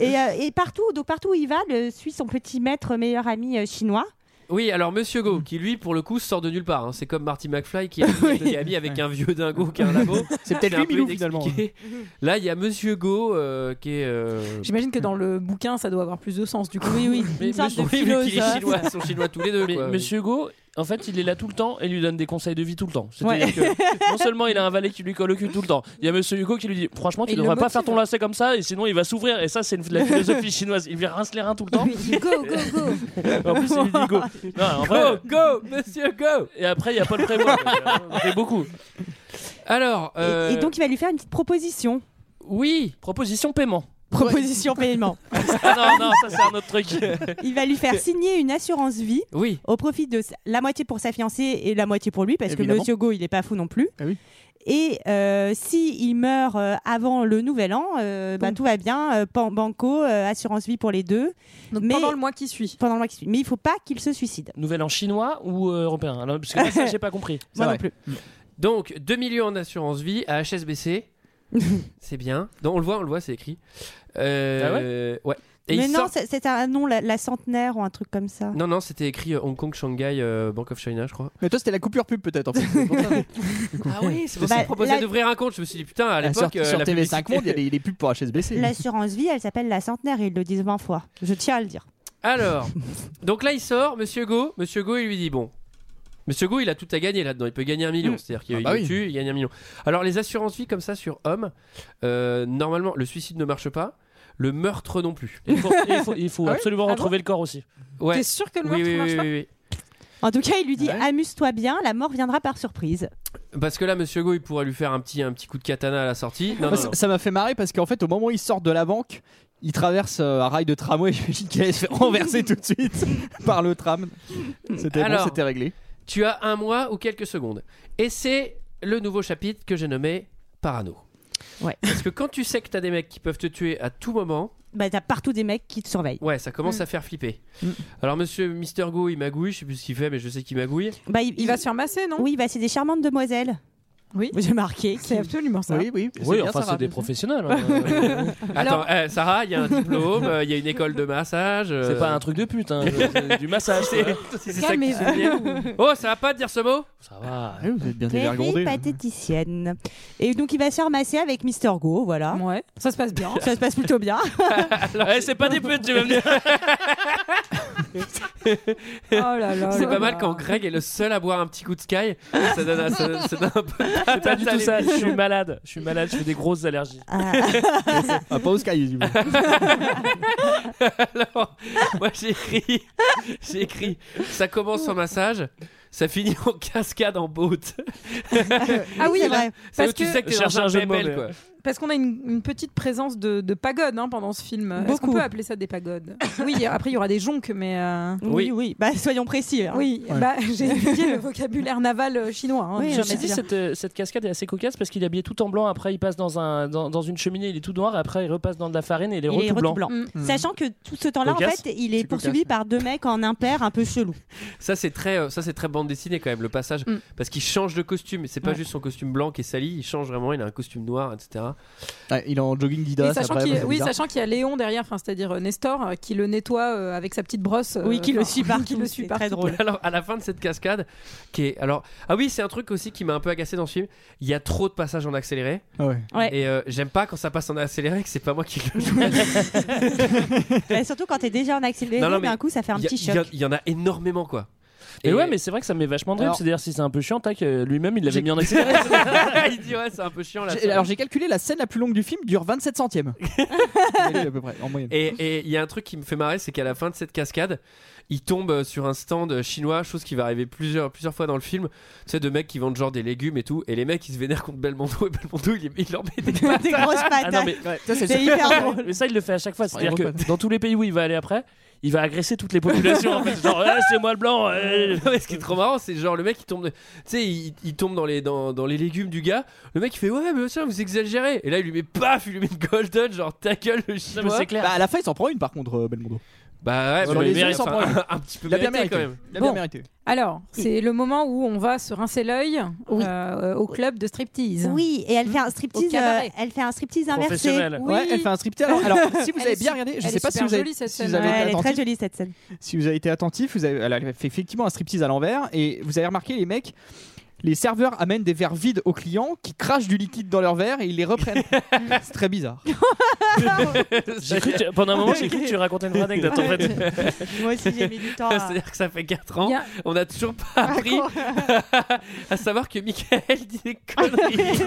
S7: Et, euh, et partout, donc partout où il va, le suit son petit maître meilleur ami euh, chinois.
S1: Oui, alors Monsieur Go, qui lui, pour le coup, sort de nulle part. hein. C'est comme Marty McFly qui est qui est ami avec un vieux dingo qui a un labo.
S6: C'est peut-être
S1: un
S6: lui,
S1: peu
S6: Milou, finalement.
S1: inexpliqué.
S7: hein.
S1: Là, il y a Monsieur Go euh, qui est. euh,
S11: J'imagine que dans le bouquin, ça doit avoir plus de sens du coup. Oui, oui.
S1: mais-
S7: une sorte
S1: monsieur-
S7: de
S1: oui, vu qu'il est
S7: philosophe.
S1: chinois, ils sont chinois tous les deux.
S10: Mais
S1: quoi.
S10: Monsieur Hugo, en fait, il est là tout le temps et lui donne des conseils de vie tout le temps. C'est-à-dire que non seulement il a un valet qui lui colle au cul tout le temps, il y a Monsieur Hugo qui lui dit Franchement, tu
S11: Il le
S10: devrais pas
S11: motive.
S10: faire ton lacet comme ça, et sinon il va s'ouvrir. Et ça, c'est une- la philosophie chinoise. Il lui rince les reins tout le temps.
S11: Go, go, go
S10: En plus, il lui dit Go. Non, en vrai,
S1: Go, go, Monsieur Go.
S10: et après, il y a Paul Prévost. C'est beaucoup.
S1: Alors,
S7: Et-
S1: euh,
S7: Et, donc il va lui faire une petite proposition.
S1: oui.
S10: Proposition paiement.
S7: Proposition paiement.
S10: Ah non, non, ça, c'est un autre truc.
S7: Il va lui faire signer une assurance vie
S1: Oui,
S7: au profit de sa- la moitié pour sa fiancée et la moitié pour lui, parce
S6: Évidemment.
S7: que Monsieur Go, il n'est pas fou non plus.
S6: Ah oui.
S7: Et euh, si il meurt euh, avant le nouvel an, euh, bah,
S11: Donc-
S7: tout va bien, euh, pan- banco, euh, assurance vie pour les deux,
S11: Donc
S7: Mais-
S11: pendant le mois qui suit.
S7: pendant le mois qui suit. Mais il faut pas qu'il se suicide.
S10: Nouvel an chinois ou euh, européen Alors, Parce que là, ça, j'ai pas compris.
S6: C'est
S7: Moi
S6: vrai.
S7: non plus.
S1: donc 2 millions en assurance vie à HSBC. c'est bien. Donc, on le voit, on le voit, c'est écrit. Euh, ouais Et
S7: Mais
S1: il
S7: non,
S1: sort-
S7: c'est- c'est un nom, la, la centenaire ou un truc comme ça.
S1: Non, non, c'était écrit euh, Hong Kong, Shanghai, euh, Bank of China, je crois.
S6: Mais toi, c'était la coupure pub, peut-être. En fait. C'est pour ça.
S1: Ah oui, c'est pour
S7: Bah,
S1: ça proposait
S7: la-
S1: d'ouvrir un compte. Je me suis dit, putain, à
S6: Ah, sur
S1: l'époque. euh,
S6: sur
S1: la
S6: TV5
S1: publicité-
S6: Monde, il y a des- des pubs pour HSBC.
S7: L'assurance vie, elle s'appelle la centenaire, et ils le disent 20 fois. Je tiens à le dire.
S1: Alors, donc là, il sort, monsieur Go. Monsieur Go, il lui dit, bon. Monsieur Go, il a tout à gagner là-dedans. Il peut gagner un million. C'est-à-dire qu'il
S6: Ah bah
S1: le
S6: oui.
S1: tue, il gagne un million. Alors, les assurances vie comme ça sur homme, euh, normalement, le suicide ne marche pas. Le meurtre non plus.
S10: Il faut, il faut- il faut
S11: Ah oui
S10: absolument
S11: Ah bon
S10: retrouver le corps aussi.
S1: Ouais.
S11: T'es sûr que le meurtre
S1: Oui, oui,
S11: marche
S1: oui,
S11: pas
S1: oui,
S7: En tout cas, il lui dit
S6: Ouais.
S7: amuse-toi bien, la mort viendra par surprise.
S1: oui. Parce que là, Monsieur Go, il pourrait lui faire un petit, un petit coup de katana à la sortie. Non,
S10: Ah,
S6: Moi,
S1: non,
S6: ça-
S1: non.
S6: Ça m'a fait marrer parce qu'en fait, au moment où ils sortent de la banque, ils traversent euh, un rail de tramway. J'imagine qu'il allait se faire renverser tout de suite par le tram. C'était bon,
S1: Alors-
S6: c'était réglé.
S1: Tu as un mois ou quelques secondes. Et c'est le nouveau chapitre que j'ai nommé Parano.
S7: Ouais.
S1: Parce que quand tu sais que t'as des mecs qui peuvent te tuer à tout moment,
S7: Bah, t'as partout des mecs qui te surveillent.
S1: ouais, ça commence à faire flipper. Alors monsieur Mister Go, il magouille, je sais plus ce qu'il fait, mais je sais qu'il magouille.
S7: Bah, il,
S11: Il va se faire masser, non
S7: Oui, bah, c'est des charmantes demoiselles.
S11: Oui.
S7: J'ai marqué. qui-
S11: C'est absolument ça.
S6: Oui, oui.
S10: Oui,
S6: bien,
S10: enfin,
S6: Sarah.
S10: c'est des professionnels. hein.
S1: Attends, eh, Sarah, il y a un diplôme, euh, il y a une école de massage. euh,
S10: C'est pas un truc de pute, hein. c'est du massage. quoi.
S1: c'est ça que tu soulignais. Oh, ça va pas de dire ce mot
S10: Ça va.
S6: Ah oui, vous êtes bien
S7: Prairie
S6: dévergondé.
S7: pathéticienne. Et donc il va se faire masser avec Mister Go, voilà.
S11: Ouais, ça se passe bien.
S7: Ça se passe plutôt bien.
S1: Eh,
S10: Ouais, c'est pas des putes, tu vas me dire.
S11: Oh là là
S1: c'est
S11: là
S1: pas
S11: là.
S1: mal quand Greg est le seul à boire un petit coup de sky. Ça donne, un- ça donne- ça donne un peu de
S10: C'est pas
S1: patate
S10: du
S1: à
S10: tout ça, je
S1: l'émission.
S10: suis malade, je suis malade, je fais des grosses allergies.
S6: Ah, pas au Sky, du coup.
S1: Alors, moi j'ai écrit, j'ai écrit, ça commence en massage, ça finit en cascade en boat.
S11: Ah oui,
S1: C'est
S11: là,
S1: là- c'est
S11: parce
S1: où tu
S11: que-
S1: sais que t'es
S10: Cherche
S1: dans
S10: un
S1: un
S10: jeu de mots,
S1: bébel,
S10: mais-
S1: quoi.
S11: Parce qu'on a une, une petite présence de, de pagodes hein, pendant ce film. Est-ce qu'on
S7: Beaucoup.
S11: peut appeler ça des pagodes Oui, après il y aura des jonques, mais. euh,
S7: Oui, oui. Bah, soyons précis.
S10: Hein.
S7: alors.
S11: Oui,
S7: Ouais.
S11: bah, j'ai étudié le vocabulaire naval euh, chinois. hein,
S7: Oui,
S11: je
S10: Ceci
S11: sais
S10: dit,
S11: bien.
S10: cette, euh, cette cascade est assez cocasse parce qu'il est habillé tout en blanc. Après, il passe dans, un, dans, dans une cheminée, il est tout noir. et Après, il repasse dans de la farine et il est,
S7: Il est
S10: re tout blanc.
S7: blanc.
S11: Mm.
S7: Sachant que tout ce temps-là, en
S10: Cocasse.
S7: fait, il est,
S10: C'est cocasse,
S7: poursuivi par deux mecs en impair un peu chelou.
S1: Ça c'est très, euh, ça c'est très bande dessinée quand même le passage,
S7: Mm.
S1: parce qu'il change de costume. C'est pas
S7: Ouais.
S1: juste son costume blanc qui est sali, il change vraiment. Il a un costume noir, etc.
S6: Ah, il est en jogging
S11: Et
S6: Didas.
S11: sachant
S6: après,
S11: qu'il-
S6: bah, c'est
S11: oui,
S6: bizarre.
S11: sachant qu'il y a Léon derrière, enfin, c'est-à-dire euh, Nestor, euh, qui le nettoie euh, avec sa petite brosse. euh,
S7: Oui, qui le
S11: enfin,
S7: suit partout,
S11: qui le suit
S7: c'est très
S11: partout.
S7: drôle.
S1: Alors à la fin de cette cascade, qui est alors ah oui c'est un truc aussi qui m'a un peu agacé dans ce film. Il y a trop de passages en accéléré.
S6: Ah ouais.
S7: Ouais.
S1: Et euh, j'aime pas quand ça passe en accéléré que c'est pas moi qui le joue.
S7: Ouais, Bah, surtout quand t'es déjà en accéléré,
S1: Non, non, mais
S7: d'un coup, ça fait un
S1: Il y a-
S7: petit
S1: il y a-
S7: choc.
S1: Il y, en a énormément quoi.
S10: Et, ouais, mais c'est vrai que ça me met vachement de rire.
S6: Alors-
S10: C'est-à-dire, si c'est un peu chiant, tac, euh, lui-même, il l'avait mis en accéléré.
S1: il dit ouais c'est un peu chiant là.
S6: J'ai- Alors j'ai calculé la scène la plus longue du film dure 27 centièmes. Vous avez vu, à peu près en moyenne.
S1: Et et il y a un truc qui me fait marrer, c'est qu'à la fin de cette cascade, il tombe euh, sur un stand chinois, chose qui va arriver plusieurs, plusieurs fois dans le film. Tu sais, de mecs qui vendent genre des légumes et tout, et les mecs ils se vénèrent contre Belmondo, et Belmondo il, il leur met des patates.
S7: Des grosses
S10: Ah non,
S7: patates.
S10: mais,
S6: Ça, c'est-
S7: C'est hyper drôle.
S10: mais ça, il le fait à chaque fois. C'est-à-dire
S6: Il
S10: que
S6: reconnaît.
S10: dans tous les pays où il va aller après, il va agresser toutes les populations. en fait. Genre, Ah, c'est moi le blanc. euh.
S1: Non, mais ce qui est trop marrant, c'est genre le mec il tombe, de- tu sais, il, il tombe dans les, dans, dans les légumes du gars. Le mec il fait ouais, mais ça vous exagérez. Et là il lui met paf, il lui met une golden, genre ta gueule le
S10: Non, mais
S1: chinois.
S10: c'est clair.
S6: Bah, à la fin il s'en prend une par contre euh, Belmondo.
S1: bah ouais,
S10: Sur
S1: mais
S10: les
S1: il
S10: yeux,
S1: mérite,
S10: sans
S1: enfin,
S10: problème.
S1: un petit peu
S6: Il a bien
S1: mérité,
S6: mérité.
S1: quand même.
S6: Il a bien
S11: Bon.
S6: mérité.
S11: Alors, c'est le moment où on va se rincer l'œil euh, au club de striptease.
S7: Oui, et elle fait un striptease,
S11: cabaret.
S7: euh, elle fait un striptease inversé.
S10: Professionnel.
S11: Oui.
S6: Ouais, elle fait un striptease. Alors, alors, si vous
S11: Elle
S6: avez
S11: est
S6: bien
S11: su-
S6: regardé, je
S11: elle
S6: sais
S11: est
S6: pas si
S11: super
S6: vous avez,
S11: jolie, cette
S6: si
S11: scène.
S6: vous avez
S7: Ouais,
S6: été
S7: elle est très
S6: attentif,
S7: jolie cette scène.
S6: si vous avez été attentif, vous avez, elle a fait effectivement un striptease à l'envers et vous avez remarqué les mecs. Les serveurs amènent des verres vides aux clients qui crachent du liquide dans leur verre et ils les reprennent. c'est très bizarre.
S10: J'ai cru que- pendant un moment, j'ai cru que tu racontais une vraie anecdote. En fait.
S7: Moi aussi, j'ai mis du temps. à-
S1: C'est-à-dire que ça fait 4 ans,
S11: Il y a-
S1: on a toujours pas
S10: Ah,
S1: appris à savoir que Michael dit des conneries.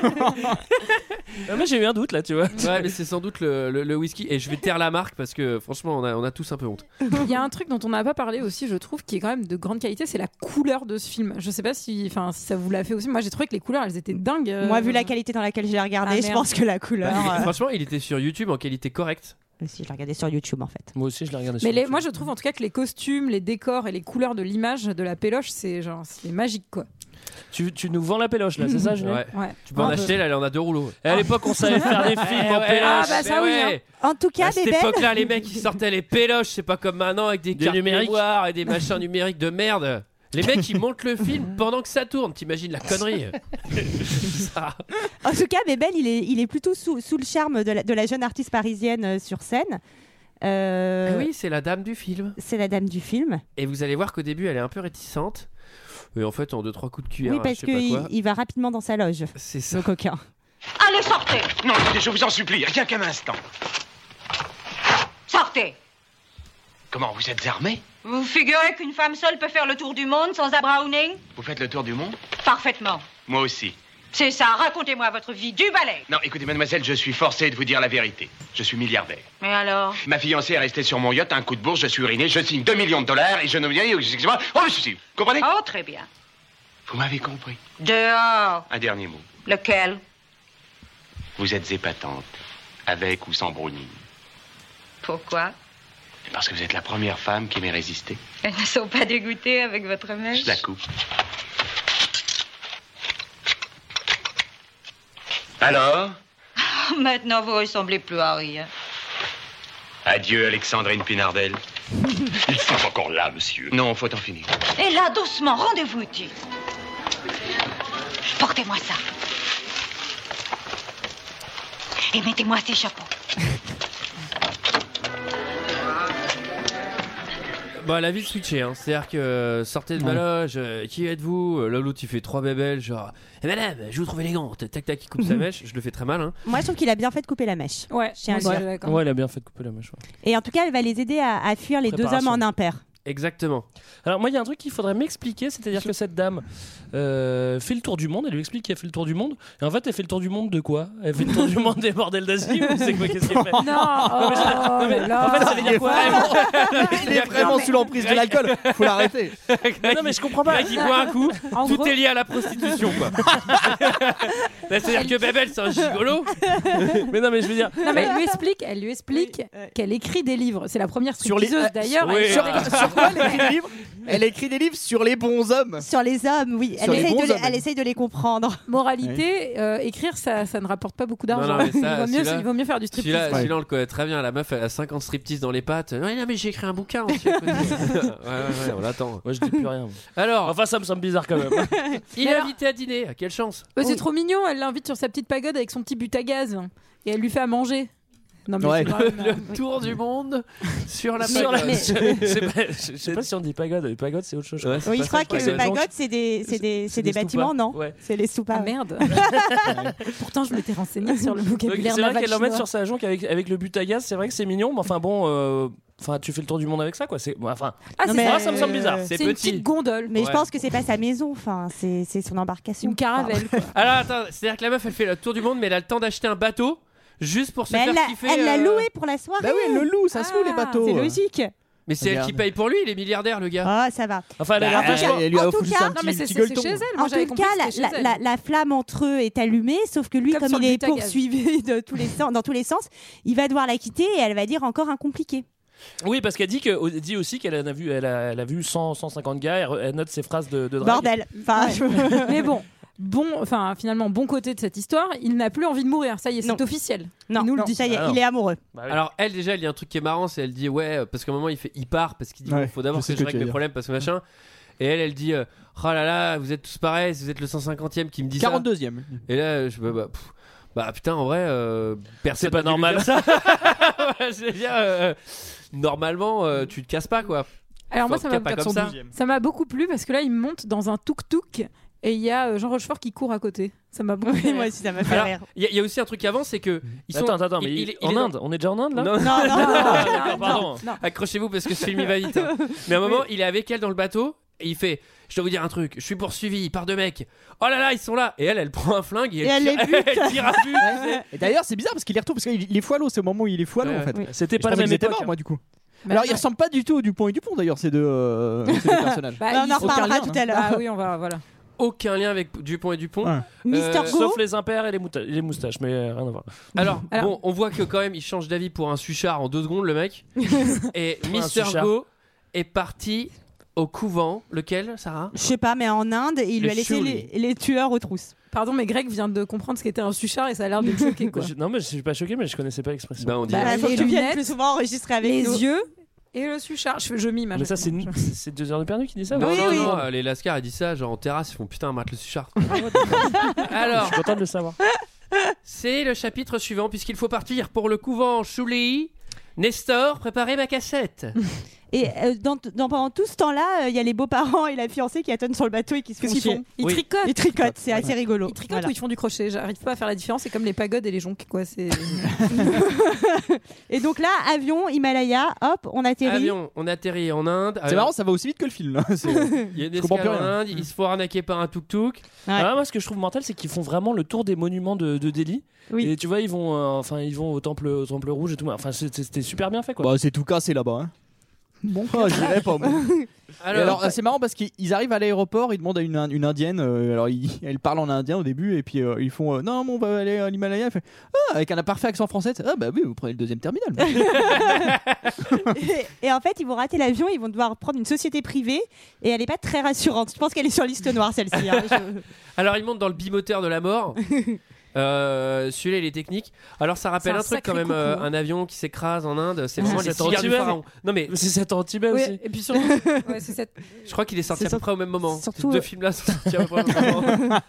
S10: Ah, Moi, j'ai eu un doute là, tu vois.
S1: ouais, mais c'est sans doute le, le- le whisky. Et je vais taire la marque parce que franchement, on a, on a tous un peu honte.
S11: Il y a un truc dont on n'a pas parlé aussi, je trouve, qui est quand même de grande qualité, c'est la couleur de ce film. Je sais pas si, enfin, si ça vous l'a fait aussi. Moi, j'ai trouvé que les couleurs, elles étaient dingues. euh.
S7: Moi, vu la qualité dans laquelle je l'ai regardé,
S11: Ah,
S7: je
S11: merde.
S7: pense que la couleur. euh,
S1: franchement, il était sur YouTube en qualité correcte.
S7: Mais si, je l'ai regardé sur YouTube en fait.
S10: Moi aussi, je l'ai regardé.
S11: Mais
S10: sur
S11: les-
S10: YouTube.
S11: moi, je trouve en tout cas que les costumes, les décors et les couleurs de l'image de la péloche, c'est genre, c'est magique quoi.
S10: tu, tu nous vends la péloche là, c'est ça, Julien
S1: Ouais.
S11: Ouais.
S1: Tu peux en
S11: Un peu.
S1: acheter, là, elle en a deux rouleaux.
S10: À l'époque, on savait faire des films en péloche.
S11: Ah, bah,
S1: Mais
S11: ça, oui,
S1: ouais.
S7: En tout hein. cas,
S1: À cette
S7: bébé,
S1: époque-là, les mecs, ils sortaient les péloches, c'est pas comme maintenant avec des,
S10: Des
S1: cartes
S10: numériques.
S1: mémoire et des machins numériques de merde. Les mecs, ils montent le film pendant que ça tourne. T'imagines la connerie Ça.
S7: en tout cas, Bébel, il est, il est plutôt sous, sous le charme de la, de la jeune artiste parisienne euh, sur scène. Euh,
S1: Ah Oui, c'est la dame du film.
S7: C'est la dame du film.
S1: Et vous allez voir qu'au début, elle est un peu réticente. Et en fait, en deux, trois coups de cuillère,
S7: oui, parce
S1: je sais pas
S7: qu'il
S1: quoi.
S7: il va rapidement dans sa loge,
S1: C'est ça.
S7: le coquin.
S9: Allez, sortez
S4: Non, écoutez, je vous en supplie, rien qu'un instant.
S9: Sortez
S4: Comment, vous êtes armé
S9: Vous vous figurez qu'une femme seule peut faire le tour du monde sans un Browning
S4: Vous faites le tour du monde
S9: Parfaitement.
S4: Moi aussi.
S9: C'est ça, racontez-moi votre vie du balai.
S4: Non, écoutez, mademoiselle, je suis forcé de vous dire la vérité. Je suis milliardaire.
S9: Mais alors
S4: Ma fiancée est restée sur mon yacht, un coup de bourse, je suis uriné, je signe 2 millions de dollars et je nomme... Excusez-moi, oh, je suis... Vous comprenez
S9: Oh, très bien.
S4: Vous m'avez compris.
S9: Dehors.
S4: Un dernier mot.
S9: Lequel
S4: Vous êtes épatante, avec ou sans Browning.
S9: Pourquoi
S4: Parce que vous êtes la première femme qui m'ait résisté.
S9: Elles ne sont pas dégoûtées avec votre mèche
S4: Je la coupe. Alors
S9: Ah, Maintenant, vous ressemblez plus à rien.
S4: Adieu, Alexandrine Pinardel.
S5: Ils sont encore là, monsieur.
S4: Non, faut en finir.
S9: Et là, doucement, rendez-vous utile. Portez-moi ça. Et mettez-moi ces chapeaux.
S1: Bah, la vie de switcher, hein. c'est-à-dire que euh, sortez de ma loge, euh, qui êtes-vous Euh, Là, l'autre il fait trois bébelles, genre, eh madame, je vous trouve élégante, tac tac, il coupe
S10: Mhm.
S1: sa mèche, je le fais très mal. Hein.
S7: Moi, je trouve qu'il a bien fait de couper la mèche.
S11: Ouais.
S7: Chien
S11: moi,
S7: libre.
S11: je- d'accord.
S10: Ouais, il a bien fait de couper la mèche. ouais.
S7: Et en tout cas, elle va les aider à, à fuir les deux hommes
S10: Préparation.
S7: en impair.
S1: Exactement.
S10: Alors moi, il y a un truc qu'il faudrait m'expliquer, c'est-à-dire que cette dame euh, fait le tour du monde, elle lui explique qu'elle fait le tour du monde, et en fait, elle fait le tour du monde de quoi Elle fait le tour du monde des bordels d'Asie ou c'est quoi qu'est-ce qu'elle fait
S11: Non,
S10: mais je- non, mais
S11: oh là
S10: En fait, ça veut
S11: là.
S10: dire quoi
S1: Ah
S6: Il est vraiment sous l'emprise de l'alcool, faut l'arrêter.
S10: Non, mais je comprends pas.
S1: Greg, il boit un coup,
S11: En
S1: tout
S11: gros-
S1: est lié à la prostitution, quoi. Bah, C'est-à-dire que Babel, c'est un gigolo.
S10: Mais non, mais je veux dire.
S11: Non, mais elle lui explique, elle lui explique
S7: Euh,
S11: qu'elle écrit des livres. C'est la première stripteaseuse d'ailleurs.
S1: Oui,
S11: elle-
S1: sur-
S6: Sur quoi elle écrit des livres Elle écrit des livres sur les bons hommes.
S7: Sur les hommes, oui.
S6: Sur
S7: Elle
S6: les
S7: essaye,
S6: bons
S7: de les,
S6: hommes.
S7: elle essaye de les comprendre.
S11: Moralité, euh, écrire ça, ça ne rapporte pas beaucoup d'argent.
S1: Non, non, mais
S11: il,
S1: ça,
S11: vaut mieux,
S1: celui-là-
S11: il vaut mieux faire du striptease.
S1: Celui-là,
S6: Ouais.
S1: celui-là, on le connaît très bien. La meuf, elle a 50 striptease dans les pattes. Ouais, non, mais j'ai écrit un bouquin. aussi, à côté. ouais, ouais, ouais, on l'attend.
S10: Moi, je dis plus rien.
S1: Alors,
S10: Enfin, ça me semble bizarre quand même.
S1: il est
S11: alors-
S1: invité à dîner. Ah, Quelle chance.
S11: Mais C'est trop mignon, elle l'invite sur sa petite pagode avec son petit but à gaz et elle lui fait à manger. Non mais
S6: Ouais.
S11: c'est quand même, euh,
S1: Le tour du monde sur la
S10: Sur la-
S1: pagode.
S7: mais-
S10: Je sais pas- je sais pas si on dit pagode. Les pagodes, c'est autre chose.
S1: Ouais, c'est
S7: Oui,
S1: pas
S7: je crois
S1: ça,
S7: que
S10: crois. C'est
S7: le
S10: les gens
S7: pagode, c'est des, c'est des, c'est des bâtiments, non
S10: Ouais.
S7: C'est les
S11: Ah
S7: soupapes.
S11: merde. Pourtant je m'étais renseignée sur le
S10: Donc,
S11: vocabulaire
S10: C'est vrai
S11: naval
S10: qu'elle l'emmène
S11: chinois.
S10: sur sa jonque avec, avec le but à gaz, c'est vrai que c'est mignon, mais enfin bon, euh, enfin tu fais le tour du monde avec ça quoi. C'est bon, enfin
S11: Ah,
S7: Non,
S11: c'est
S7: mais-
S10: moi ça me semble bizarre.
S1: C'est
S11: C'est une
S1: petit.
S11: petite gondole,
S7: Mais
S1: Ouais.
S7: je pense que c'est pas sa maison, enfin, c'est c'est son embarcation.
S11: une caravelle. quoi.
S1: Alors, attends, c'est-à-dire que la meuf, elle fait le tour du monde, mais elle a le temps d'acheter un bateau juste pour se
S7: Mais
S1: faire
S7: elle l'a-
S1: kiffer.
S7: elle l'a
S1: euh,
S7: loué pour la soirée.
S6: Bah oui, le loup, ça se loue les
S11: Ah,
S6: bateaux.
S7: C'est logique.
S1: Mais c'est elle qui
S6: Regarde.
S1: paye pour lui, il est milliardaire, le gars.
S7: Ah, ça va.
S10: Enfin elle a l'air
S6: Bah,
S10: vachement-
S6: elle lui
S7: en
S6: a
S7: tout
S6: offert
S7: cas-
S6: un
S11: Ah, Non
S6: petit,
S11: mais c'est
S6: petit
S11: c'est
S6: gueuleton.
S11: chez elle. Moi
S7: En
S11: j'avais
S7: tout
S11: compris
S7: cas,
S11: que c'était
S7: la,
S11: chez
S7: la-
S11: elle.
S7: la- la flamme entre eux est allumée, sauf que lui,
S11: Comme
S7: comme,
S11: sur
S7: il
S11: le
S7: est
S11: but à gaz.
S7: poursuivi de tous les sens, dans tous les sens, il va devoir la quitter et elle va dire encore un compliqué.
S10: Oui parce qu'elle dit que elle dit aussi qu'elle en a vu elle a, elle a vu 100 150 gars, elle, elle note ses phrases de, de drague.
S7: Bordel. Enfin,
S11: Ouais. Mais bon, bon, enfin finalement bon côté de cette histoire, il n'a plus envie de mourir. Ça y est,
S7: Non.
S11: c'est officiel.
S7: non,
S11: Il nous le
S7: non,
S11: dit.
S7: ça y est,
S10: Ah non.
S7: il est amoureux.
S10: Bah oui.
S1: Alors elle déjà, il y a un truc qui est marrant, c'est elle dit ouais, euh, parce qu'à un moment il fait, il part parce qu'il dit
S6: Ouais,
S1: bon, faut d'abord
S6: je sais
S1: que je
S6: ce que
S1: règle
S6: tu veux
S1: mes
S6: dire.
S1: problèmes parce que machin. Et elle, elle dit euh, oh là là, vous êtes tous pareils, vous êtes le 150e qui me dit
S6: 42ème.
S1: ça. Et là, je bah, bah, pff, bah, putain, en vrai, euh, personne.
S10: c'est pas
S1: ne lui
S10: normal
S1: dira-
S10: ça.
S1: Ouais, je veux dire, euh, normalement, euh, tu te casses pas quoi.
S11: Alors moi
S1: Faut
S11: ça
S1: qu'il y
S11: m'a
S1: a pas
S11: beaucoup-
S1: comme ça.
S11: ça m'a beaucoup plu parce que là il monte dans un tuk-tuk et il y a euh, Jean Rochefort qui court à côté. Ça m'a beaucoup. fait
S7: moi
S11: rire.
S7: aussi, ça m'a fait
S1: Alors,
S7: rire.
S1: Il y, a- il y a aussi un truc avant, c'est que ils sont.
S10: Attends attends mais
S1: il-
S10: il-
S1: il- il
S10: en
S1: est dans- hein.
S10: Inde, on est déjà en Inde là.
S1: Non, non, Ah,
S7: Non, non, Ah, non.
S10: d'accord, pardon.
S11: non.
S1: Accrochez-vous parce que ce film il va vite. hein. Mais à un moment, il est avec elle dans le bateau et il fait Je dois vous dire un truc, je suis poursuivi par deux mecs. Oh là là, ils sont là Et elle, elle prend un flingue et
S7: Et elle
S1: elle, tire,
S7: les bute.
S1: elle tire à but.
S6: Et d'ailleurs, c'est bizarre parce qu'il les retrouve parce qu'il est foilot, c'est au moment où il est foilot
S1: Ouais,
S6: en fait.
S7: ouais.
S10: C'était
S6: Je
S10: pas la
S6: pensais
S10: même
S6: qu'ils étaient
S10: époque.
S6: morts, moi du coup.
S11: Bah,
S6: Alors, ils
S11: ouais.
S6: ressemblent pas du tout au Dupont et Dupont d'ailleurs, ces deux, euh, ces deux personnages.
S11: Bah,
S7: Non,
S11: ils
S7: on en
S11: sont-
S7: reparlera
S6: aucun
S7: tout à l'heure.
S11: Ah oui, on va voilà.
S1: Aucun lien avec Dupont et Dupont.
S6: Ouais.
S7: Mister
S1: Euh,
S7: Go.
S10: Sauf les impairs et les, mouta- les moustaches, mais euh, rien à voir.
S1: Alors,
S11: Alors-
S1: bon, on voit que quand même, il change d'avis pour un suchard en deux secondes, le mec. et Mister
S10: suchard.
S1: Go est parti au couvent. Lequel, Sarah
S7: Je sais pas, mais en Inde, il
S1: Le
S7: lui a laissé
S1: Shuri.
S7: les, les tueurs aux trousses.
S11: Pardon, mais Greg vient de comprendre ce qu'était un suchard et ça a l'air de le choquer quoi.
S10: Je- non, mais je suis pas choqué, mais je connaissais pas l'expression.
S1: Ben, on dit.
S11: Bah,
S7: Voilà,
S11: les
S7: faut que tu viennes
S11: lunettes,
S7: plus souvent enregistrer avec
S11: Les
S7: nous.
S11: yeux et le suchard. Je, je mime. à
S10: mais ça,
S11: chaque
S10: c'est
S11: fois.
S10: c'est- c'est deux heures de perdu qui dit ça.
S1: Non,
S10: ouais.
S1: non,
S7: oui.
S1: non, euh, les Lascars, ils disent ça, genre en terrasse, ils font putain, mate le suchard. Alors,
S10: Je suis content de le savoir.
S1: C'est le chapitre suivant, puisqu'il faut partir pour le couvent Chouli. Nestor, préparez ma cassette.
S7: Et euh, dans, dans- pendant tout ce temps-là, euh, il y a les beaux-parents et la fiancée qui attendent sur le bateau et qui se font
S6: Qu'est-ce qu'ils
S7: chier.
S6: font
S11: Ils
S1: Oui.
S11: tricotent.
S7: Ils tricotent, c'est assez rigolo.
S11: Ils tricotent
S7: Voilà.
S11: ou ils font du crochet. J'arrive pas à faire la différence. C'est comme les pagodes et les jonques quoi. C'est.
S7: Et donc là, avion, Himalaya, hop, on atterrit.
S1: Avion, on atterrit en Inde.
S11: Ah
S6: C'est
S1: Alors,
S6: marrant, ça va aussi vite que le film. là. C'est-
S1: Il y a une
S6: Je comprends
S1: escale en
S6: plus rien.
S1: Inde, ils se font arnaquer par un tuk-tuk.
S10: Ah, moi, ce que je trouve mental, c'est qu'ils font vraiment le tour des monuments de, de Delhi.
S7: Oui.
S10: Et tu vois, ils vont, euh, enfin, ils vont au temple, au temple rouge et tout. Enfin, c'est- c'est- c'était super bien fait, quoi.
S6: Bah, c'est tout cassé là-bas. hein. Ah, j'irais pas moi. Et
S1: Alors,
S6: Alors, euh, c'est marrant parce qu'ils arrivent à l'aéroport, ils demandent à une, Ind- une indienne, euh, alors ils- elle parle en indien au début, et puis euh, ils font euh, Non, mais on va aller à l'Himalaya. Elle fait, Ah, avec un parfait accent français, ah bah oui, vous prenez le deuxième terminal. Bah,
S7: et, et en fait, ils vont rater l'avion, ils vont devoir prendre une société privée et elle n'est pas très rassurante. Je pense qu'elle est sur liste noire celle-ci. hein. Je-
S1: alors ils montent dans le bimoteur de la mort. Euh, Celui-là, il est technique. Alors, ça rappelle
S11: C'est un
S1: un, truc quand
S11: sacré
S1: même, euh,
S11: coucou, hein.
S1: un avion qui s'écrase en Inde. C'est
S10: Ouais.
S1: vraiment
S10: C'est
S1: les
S10: cet
S1: cigares du
S10: anti-avion.
S1: pharaon. Non, mais
S10: Mais c'est cet en Tibet
S11: Ouais,
S10: aussi.
S11: et puis surtout, ouais, c'est cette-
S1: je crois qu'il est sorti
S7: C'est
S1: à peu près au même moment.
S7: surtout-
S1: Ces deux films-là sont sortis à peu près au même moment.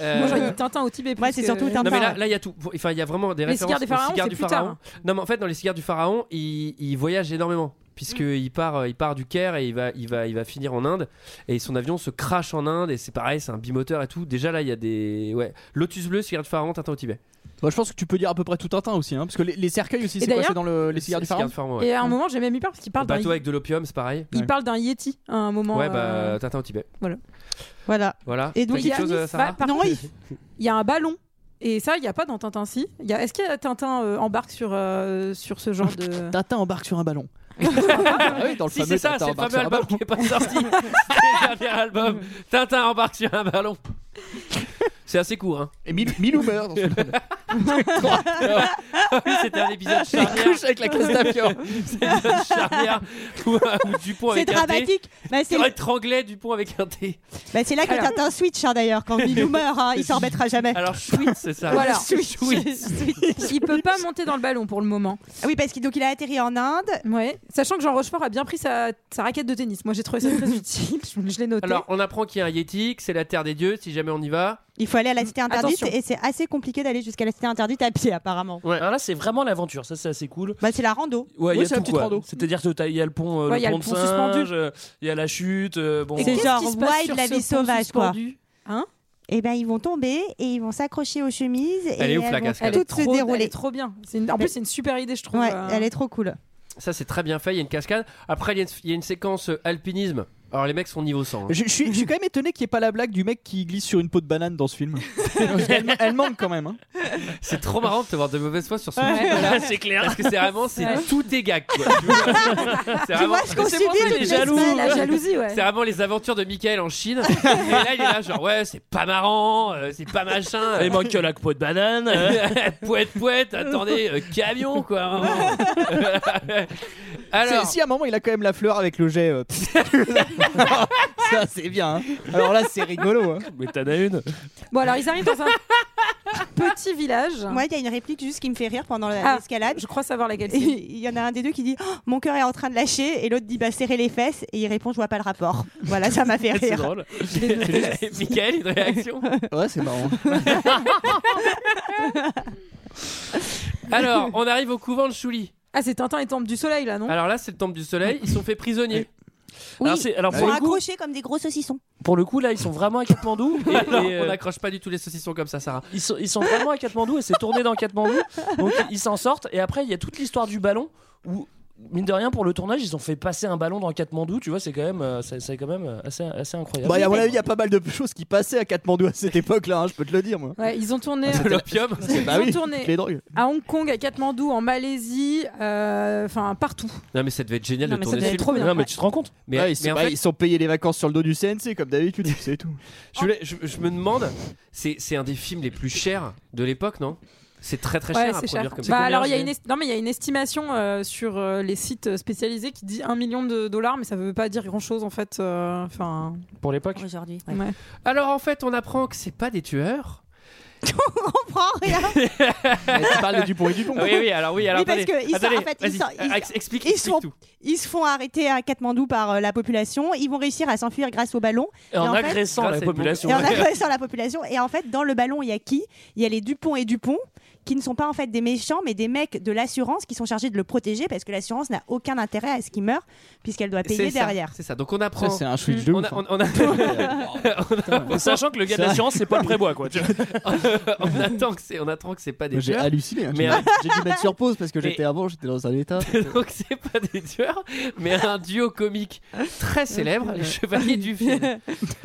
S1: Euh,
S11: Moi, j'aurais dit Tintin au Tibet.
S7: Ouais,
S11: plus
S7: c'est
S11: que-
S7: surtout
S1: Non mais là,
S7: Tintin,
S1: là il y a tout. Enfin il y a vraiment des
S11: Les
S1: références.
S11: cigares du
S1: aux
S11: pharaon,
S1: cigares
S11: c'est
S1: du
S11: plus
S1: pharaon.
S11: tard.
S1: Non mais en fait dans les cigares du pharaon, il, il voyage énormément puisque il part, euh, il part du Caire et il va, il va, il va finir en Inde et son avion se crache en Inde et c'est pareil, c'est un bimoteur et tout. Déjà là il y a des, ouais, Lotus bleu, cigare du pharaon, Tintin au Tibet.
S6: Bah, je pense que tu peux dire à peu près tout Tintin aussi, hein, parce que les, les cercueils aussi,
S11: Et
S6: c'est quoi
S11: d'ailleurs-
S6: C'est dans le, les cigares du pharaon
S11: Et à un moment, j'ai même eu peur parce qu'il parle d'un
S1: Bateau avec de l'opium, c'est pareil.
S11: il parle d'un yeti à un moment.
S1: Ouais,
S11: euh,
S1: bah, Tintin au Tibet.
S11: Voilà.
S7: Voilà.
S1: Voilà.
S11: Et donc
S1: T'as
S11: il y
S1: quelque
S11: a,
S1: chose, euh, Sarah
S11: bah, par contre, il y a un ballon. Et ça, il n'y a pas dans Tintin si. Il y a- Est-ce qu'il y a Tintin euh, embarque sur, euh, sur ce genre de.
S6: Tintin embarque sur un ballon.
S1: Ah
S6: oui, dans le
S1: si
S6: fameux
S1: c'est ça,
S6: Tintin
S1: c'est le fameux
S6: embarque sur un
S1: album qui est pas sorti. C'était le dernier album. Tintin embarque sur un ballon. C'est assez court, hein.
S6: Et mille, mille meurt dans
S1: oui, c'était un épisode
S6: Il
S1: charnière.
S6: couche avec la classe d'Apion.
S1: c'est un épisode charnière où, euh, où Dupont
S7: C'est
S1: avec
S7: dramatique.
S1: un
S7: Bah,
S1: T.
S7: c'est-
S1: Ça aurait étranglé Dupont avec un T.
S7: Bah, c'est là que
S1: Alors-
S7: Tintin switch hein, d'ailleurs, quand Milou meurt, hein, il s'en remettra jamais.
S1: Alors, Schwitz, c'est ça.
S7: Voilà.
S1: Schwitz.
S11: il peut pas monter dans le ballon pour le moment.
S7: Ah Oui, parce qu'il donc il a atterri en Inde.
S11: Ouais. Sachant que Jean Rochefort a bien pris sa, sa raquette de tennis. Moi, j'ai trouvé ça très utile. Je, je l'ai noté.
S1: Alors, on apprend qu'il y a un Yeti, que c'est la terre des dieux, si jamais on y va.
S7: Il faut aller à la cité interdite
S11: Attention.
S7: et c'est assez compliqué d'aller jusqu'à la cité interdite à pied apparemment.
S10: Alors là, c'est vraiment l'aventure, ça c'est assez cool.
S7: Bah, c'est la rando.
S10: Ouais, il y
S6: Oui,
S10: a
S6: c'est
S10: tout
S6: un petit
S10: quoi.
S6: rando.
S10: C'est-à-dire que t'as- il y a le pont, euh,
S11: Ouais, il
S10: le
S11: y a
S10: pont
S11: le
S10: de
S11: pont
S10: singe,
S11: suspendu.
S10: euh, il y a la chute. euh, bon,
S11: Et
S7: C'est
S11: qu'est-ce
S7: genre
S11: qui se passe
S7: Wild,
S11: sur
S7: la
S11: ce
S7: vie
S11: pont
S7: sauvage, quoi.
S11: suspendu Hein
S7: Et ben ils vont tomber et ils vont s'accrocher aux chemises et
S1: Elle est ouf,
S7: elles
S1: la
S7: vont
S1: cascade.
S11: elle, est
S7: toutes
S11: trop,
S7: se
S11: elle
S7: dérouler.
S11: est trop bien. C'est une- en plus, c'est une super idée, je trouve.
S7: Ouais,
S11: euh.
S7: elle est trop cool.
S1: Ça, c'est très bien fait. Il y a une cascade. Après, il y a une, il y a une séquence euh, alpinisme. Alors, les mecs sont niveau 100. hein.
S6: Je, je suis, je suis quand même étonné qu'il n'y ait pas la blague du mec qui glisse sur une peau de banane dans ce film. elle, elle manque quand même. hein.
S1: C'est trop marrant de te voir de mauvaise foi sur ce
S11: Ouais,
S1: film.
S11: voilà.
S10: Ah, c'est clair.
S1: Parce que c'est vraiment, c'est
S11: Ouais.
S1: tout des gags. quoi. c'est
S7: Tu
S1: vraiment,
S7: vois ce qu'on
S10: c'est
S7: subit
S10: pour ça, il est
S7: toutes les
S10: jaloux.
S7: semaines.
S11: La jalousie, ouais.
S1: c'est vraiment les aventures de Michael en Chine. Et là, il est là, genre, ouais, c'est pas marrant, euh, c'est pas machin.
S10: Il manque que la peau de banane. euh.
S1: pouette, pouette, attendez, euh, camion, quoi. à un moment.
S6: C'est-
S1: Alors,
S6: Si à un moment il a quand même la fleur avec le jet. euh, ça c'est bien. hein. Alors là c'est rigolo. hein.
S10: Mais t'en as une.
S11: Bon, alors, ils arrivent dans un petit village.
S7: Moi, il y a une réplique juste qui me fait rire pendant la-
S11: Ah.
S7: l'escalade.
S11: Je crois savoir laquelle
S7: Et
S11: c'est.
S7: Il y en a un des deux qui dit Oh, Mon cœur est en train de lâcher, et l'autre dit Bah, serrez les fesses, et il répond Je vois pas le rapport. Voilà, ça m'a fait
S10: C'est
S7: rire.
S10: drôle.
S1: Michael, une réaction
S6: Ouais c'est marrant.
S1: Alors, on arrive au couvent de Chouli.
S11: Ah, c'est Tintin et Temple du Soleil, là, non
S1: Alors là, c'est le temple du soleil, ils sont faits prisonniers.
S7: Oui,
S10: Alors, c'est- alors,
S7: ils
S10: pour,
S7: sont
S10: le coup,
S7: accrochés comme des gros saucissons.
S10: pour le coup, là, ils sont vraiment à Katmandou. Et,
S1: Non,
S10: et, euh,
S1: on n'accroche pas du tout les saucissons comme ça, Sarah.
S10: Ah, ils, sont, ils sont vraiment à Katmandou et c'est tourné dans Katmandou. Donc ils s'en sortent. Et après, il y a toute l'histoire du ballon où. Mine de rien, pour le tournage, ils ont fait passer un ballon dans Katmandou, tu vois, c'est quand même, euh, c'est c'est quand même euh, assez, assez incroyable.
S6: Bah, à mon avis, il y a pas mal de choses qui passaient à Katmandou à cette époque-là, hein, je peux te le dire, moi.
S11: Ouais, ils ont tourné.
S1: De l'opium.
S6: Bah
S11: Ils ont
S6: oui,
S11: tourné.
S6: les drogues.
S11: à Hong Kong, à Katmandou, en Malaisie, euh, enfin partout.
S1: Non, mais ça devait être génial
S7: Non,
S1: de
S7: mais ça
S1: tourner
S7: devait
S1: ce
S7: être
S1: film.
S7: trop bien.
S10: Non, mais tu te rends compte
S1: Mais,
S6: Ouais, ils,
S1: mais
S6: sont,
S1: en
S6: bah,
S1: fait,
S6: ils sont payés les vacances sur le dos du CNC, comme d'habitude, c'est tout.
S1: je, voulais- je- je me demande, c'est c'est un des films les plus chers de l'époque, non C'est très très
S11: Ouais,
S1: cher à
S11: c'est
S1: produire
S11: cher.
S1: comme ça.
S11: Bah,
S1: Combien,
S11: alors il y a
S1: je
S11: une
S1: sais
S11: est- non mais il y a une estimation euh, sur euh, les sites spécialisés qui dit 1 million de dollars, mais ça veut pas dire grand chose en fait. euh, Enfin.
S10: pour l'époque.
S7: Aujourd'hui.
S11: ouais.
S1: Alors en fait, on apprend que c'est pas des tueurs.
S7: On comprend rien.
S6: Mais tu parles de Dupont et Dupont.
S1: Ah oui, oui, alors oui, alors
S7: Oui, parce
S1: attendez,
S7: que ils sont-
S1: attendez,
S7: en fait, ils
S1: vas-y, euh,
S7: sont- ils-
S1: ex- explique,
S7: ils
S1: explique
S7: sont-
S1: tout.
S7: Ils se font arrêter à Katmandou par euh, la population. Ils vont réussir à s'enfuir grâce au ballon.
S10: Et en,
S7: en fait-
S10: agressant
S1: Grâce à
S10: la
S1: Edmond.
S10: population.
S7: Et en agressant la population. Et en fait, dans le ballon, il y a qui Il y a les Dupont et Dupont, qui ne sont pas en fait des méchants, mais des mecs de l'assurance qui sont chargés de le protéger parce que l'assurance n'a aucun intérêt à ce qu'il meure, puisqu'elle doit payer
S1: C'est ça,
S7: derrière.
S1: C'est ça. Donc on apprend.
S6: Ça, c'est un switch de
S1: on
S6: ouf.
S1: a-
S6: hein.
S1: on- on a-
S10: Sachant que le gars
S6: Ça-
S10: d'assurance, c'est pas le prébois, quoi. tu vois.
S1: on attend que c'est on attend que c'est pas des
S6: J'ai
S1: tueurs.
S6: halluciné. hein.
S1: Mais,
S6: J'ai
S1: euh,
S6: j'ai dû mettre sur pause parce que
S1: mais-
S6: j'étais avant, j'étais dans un état.
S1: Donc c'est pas des tueurs, mais un duo comique très célèbre, les chevaliers du film.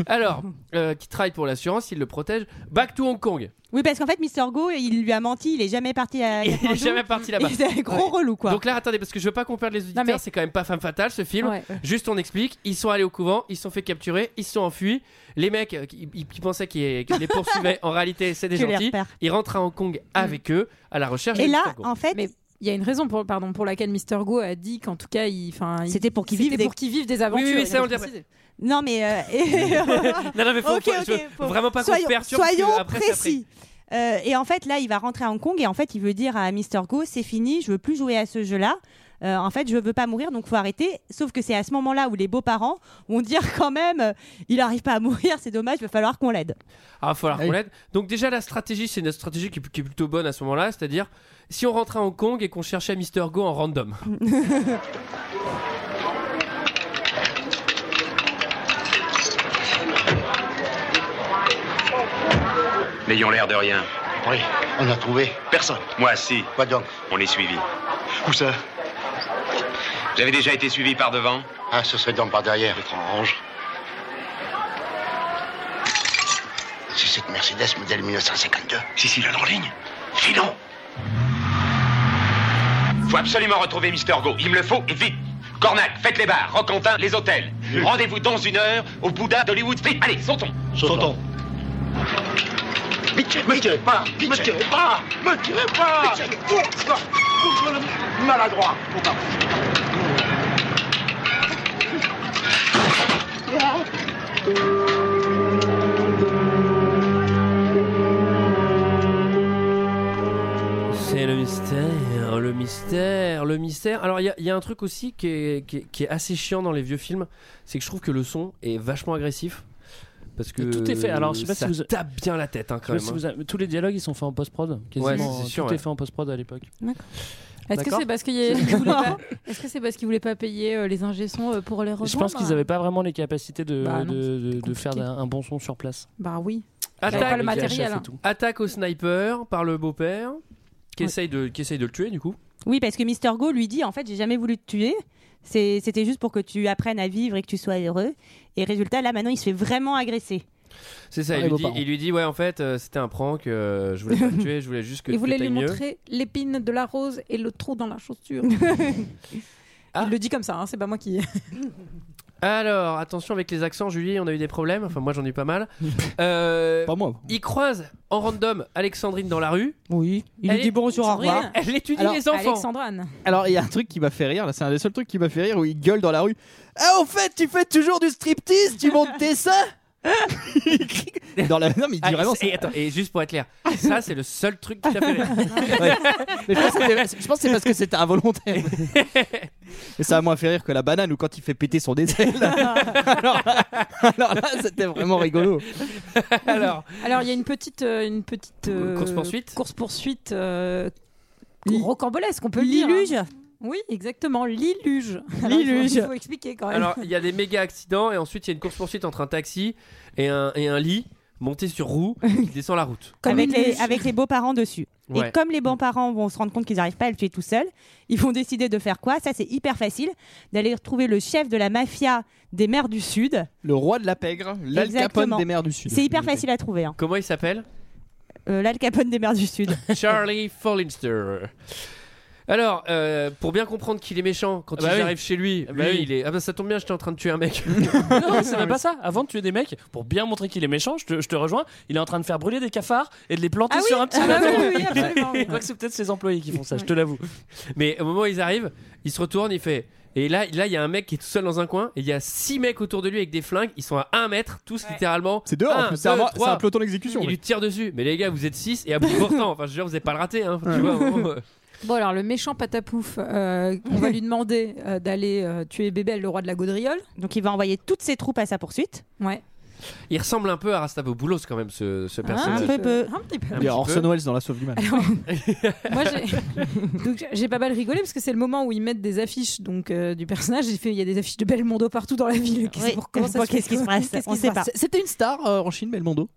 S1: Alors, euh, qui travaille pour l'assurance, il le protège. Back to Hong Kong.
S7: Oui, parce qu'en fait, Mr. Go, il lui a menti. Il est jamais parti à
S1: Il est
S7: Katmandou.
S1: jamais parti là-bas.
S7: Et C'est un gros relou, quoi.
S1: Donc là, attendez, parce que je veux pas qu'on perde les auditeurs,
S11: Non, mais-
S1: c'est quand même pas femme fatale ce film.
S11: Ouais.
S1: Juste, on explique, ils sont allés au couvent, ils se sont fait capturer, ils se sont enfuis. Les mecs euh, qui, qui pensaient qu'ils qu'ils les poursuivaient, en réalité, c'est des
S7: Tu les
S1: gentils.
S7: repères.
S1: Ils rentrent à Hong Kong avec eux à la recherche
S7: Et
S1: de
S7: là,
S1: Mr. Go.
S7: en fait,
S11: Mais il y a une raison pour pardon pour laquelle Mister Go a dit qu'en tout cas il enfin il-
S7: C'était pour qu'ils vivent
S11: c'était
S7: des-
S11: pour qu'ils vivent des aventures.
S1: oui,
S11: il
S1: ça,
S11: faut
S1: on le dit
S11: préciser.
S7: non, mais euh, et-
S1: Non, non, mais faut,
S7: Ok,
S1: faut-
S7: ok,
S1: je veux
S7: faut-
S1: vraiment pas qu'on se
S7: soyons,
S1: perde sur
S7: soyons
S1: parce que après, c'est après.
S7: précis. Euh, et en fait, là, il va rentrer à Hong Kong et en fait, il veut dire à Mr. Go c'est fini, je veux plus jouer à ce jeu-là. Euh, en fait, je veux pas mourir, donc faut arrêter. Sauf que c'est à ce moment-là où les beaux-parents vont dire quand même, euh, il arrive pas à mourir, c'est dommage, il va falloir qu'on l'aide.
S1: Ah, falloir
S6: Ah
S1: qu'on
S6: oui.
S1: l'aide. Donc déjà la stratégie, c'est une stratégie qui, est- qui est plutôt bonne à ce moment-là, c'est-à-dire si on rentrait à Hong Kong et qu'on cherchait Mr Go en random.
S4: N'ayons l'air de rien.
S12: Oui, on a trouvé.
S4: Personne. Moi, si.
S12: Quoi donc
S4: On est suivi.
S12: Où ça
S4: Vous avez déjà été suivi par devant
S12: Ah, ce serait donc par derrière. Étrange. C'est cette Mercedes modèle 1952. Si, si, là, en ligne. Filons
S4: Faut absolument retrouver Mister Go. Il me le faut, et vite. Cornac, faites les bars, Roquentin, les hôtels. Rendez-vous dans une heure au Bouddha d'Hollywood. Vite, allez, sautons.
S12: Sautons. Me tirez, me tirez pas Me tirez pas Me tirez pas Contre le maladroit
S1: C'est le mystère, le mystère, le mystère. Alors, il y, a- il y a un truc aussi qui est, qui est- qui est assez chiant dans les vieux films, c'est que je trouve que le son est vachement agressif. Parce que
S10: Tout est fait. Alors, je sais pas
S1: ça
S10: si vous-
S1: tape bien la tête hein, quand
S10: Je
S1: même.
S10: sais pas si
S1: hein.
S10: vous avez- Tous les dialogues, ils sont faits en post-prod. quasiment. euh,
S1: Ouais, c'est sûr,
S10: Tout
S1: ouais.
S10: est fait en post-prod à l'époque.
S11: Est-ce que
S10: D'accord.
S11: c'est parce qu'il y a- ils voulaient pas- est-ce que c'est parce qu'ils voulaient pas payer euh, les ingessons pour les
S10: Je
S11: rejoindre
S10: pense qu'ils n'avaient pas vraiment les capacités de,
S11: Bah non,
S10: de, de- de faire un, un bon son sur place.
S11: Bah oui.
S10: J'avais pas
S1: Attaque,
S10: le matériel, hein.
S1: attaque au sniper par le beau-père qui, essaye de, qui essaye de le tuer du coup.
S7: Oui, parce que Mister Go lui dit en fait, j'ai jamais voulu te tuer. C'est- C'était juste pour que tu apprennes à vivre et que tu sois heureux. Et résultat, là maintenant, il se fait vraiment agresser.
S1: C'est ça,
S10: Ah,
S1: il,
S10: les
S1: lui dit,
S10: beaux-parents.
S1: il lui dit Ouais, en fait, euh, c'était un prank, euh, je voulais pas le tuer, je voulais juste que
S11: Ils
S1: tu
S11: voulaient lui
S1: t'ailles mieux.
S11: montrer l'épine de la rose et le trou dans la chaussure.
S1: Ah.
S11: Il le dit comme ça, hein, c'est pas moi qui.
S1: Alors, attention avec les accents, Julie, on a eu des problèmes. Enfin, moi, j'en ai eu pas mal. Euh,
S6: Pas moi.
S1: Il croise en random Alexandrine dans la rue.
S6: Oui,
S1: il
S6: lui
S1: est-
S6: dit bonjour, au revoir.
S1: Elle, elle étudie
S6: Alors,
S1: les enfants.
S11: Alexandrane.
S6: Alors, il y a un truc qui m'a fait rire, là, c'est un des seuls trucs qui m'a fait rire où il gueule dans la rue. Ah, au fait, tu fais toujours du striptease, tu montes tes seins Dans la... Non, mais il dit
S1: Ah,
S6: vraiment
S1: et, attends, et juste pour être clair, ça, c'est le seul truc qui t'a fait rire.
S6: Mais je pense que c'était- je pense que c'est parce que c'était involontaire. Mais ça a moins fait rire que la banane ou quand il fait péter son désel. alors, là- alors là, c'était vraiment rigolo.
S1: Alors,
S11: Alors il y a une petite, euh, une petite
S6: Course-poursuite.
S11: course poursuite rocambolesque, on peut le dire. hein.
S7: L'illuge.
S11: Oui, exactement, l'illuge. Alors, il faut-
S1: L'illuge.
S11: Il faut expliquer quand même.
S1: Alors, il y a des méga accidents et ensuite, il y a une course-poursuite entre un taxi et un, et un lit monté sur roue qui descend la route.
S7: avec, les, avec les beaux-parents dessus.
S1: Ouais.
S7: Et comme les beaux-parents vont se rendre compte qu'ils n'arrivent pas à le tuer tout seul, ils vont décider de faire quoi Ça, c'est hyper facile. D'aller retrouver le chef de la mafia des mers du Sud.
S6: Le roi de la pègre, l'Al Capone
S7: Exactement.
S6: des mers du Sud.
S7: C'est hyper facile à trouver. Hein.
S1: Comment il s'appelle
S7: Euh, L'Al Capone des mers du Sud.
S1: Charlie Follinster. Alors, euh, pour bien comprendre qu'il est méchant, quand
S10: Ah bah
S1: il
S10: oui.
S1: arrive chez lui,
S10: Ah bah
S1: lui,
S10: oui.
S1: il est. Ah bah ça tombe bien, j'étais en train de tuer un mec.
S10: non, c'est même pas ça. Avant de tuer des mecs, pour bien montrer qu'il est méchant, je te, je te rejoins, il est en train de faire brûler des cafards et de les planter sur un petit
S11: ah bah
S10: bâton.
S11: oui, oui, absolument.
S10: Je crois que c'est peut-être ses employés qui font ça, je te l'avoue.
S1: Mais au moment où ils arrivent, il se retourne, il fait. Et là, là, il y a un mec qui est tout seul dans un coin, et il y a six mecs autour de lui avec des flingues, ils sont à 1 mètre, tous littéralement.
S6: C'est dehors, en
S1: Un,
S6: plus, c'est un-
S1: deux,
S6: c'est
S1: trois.
S6: un peloton d'exécution,
S1: Il
S6: oui.
S1: lui tire dessus. Mais les gars, vous êtes 6 et à bout portant, enfin je jure, vous n'êtes pas le raté, hein. Tu vois, vraiment, euh.
S11: Bon alors le méchant patapouf, euh, on va lui demander euh, d'aller euh, tuer Bébel, le roi de la gaudriole.
S7: Donc il va envoyer toutes ses troupes à sa poursuite.
S11: Ouais.
S1: Il ressemble un peu à Rastavopoulos quand même, ce,
S7: Ah,
S1: ce personnage.
S7: peu, peu.
S11: Un petit peu.
S1: Un
S6: Il y a
S1: petit
S6: Orson
S1: peu.
S6: Welles dans La Sauve du Mal.
S11: Moi, j'ai- donc, j'ai pas mal rigolé parce que c'est le moment où ils mettent des affiches donc euh, du personnage. J'ai fait, il y a des affiches de Belmondo partout dans la ville. Qu'est-ce
S7: Oui.
S11: pour- comment ça
S7: Bon,
S11: se
S7: qu'est-ce
S11: fait
S7: qui se passe
S11: Qu'est-ce qui
S7: On
S11: se
S7: sait
S11: passe
S7: pas.
S6: C'était une star euh, en Chine, Belmondo.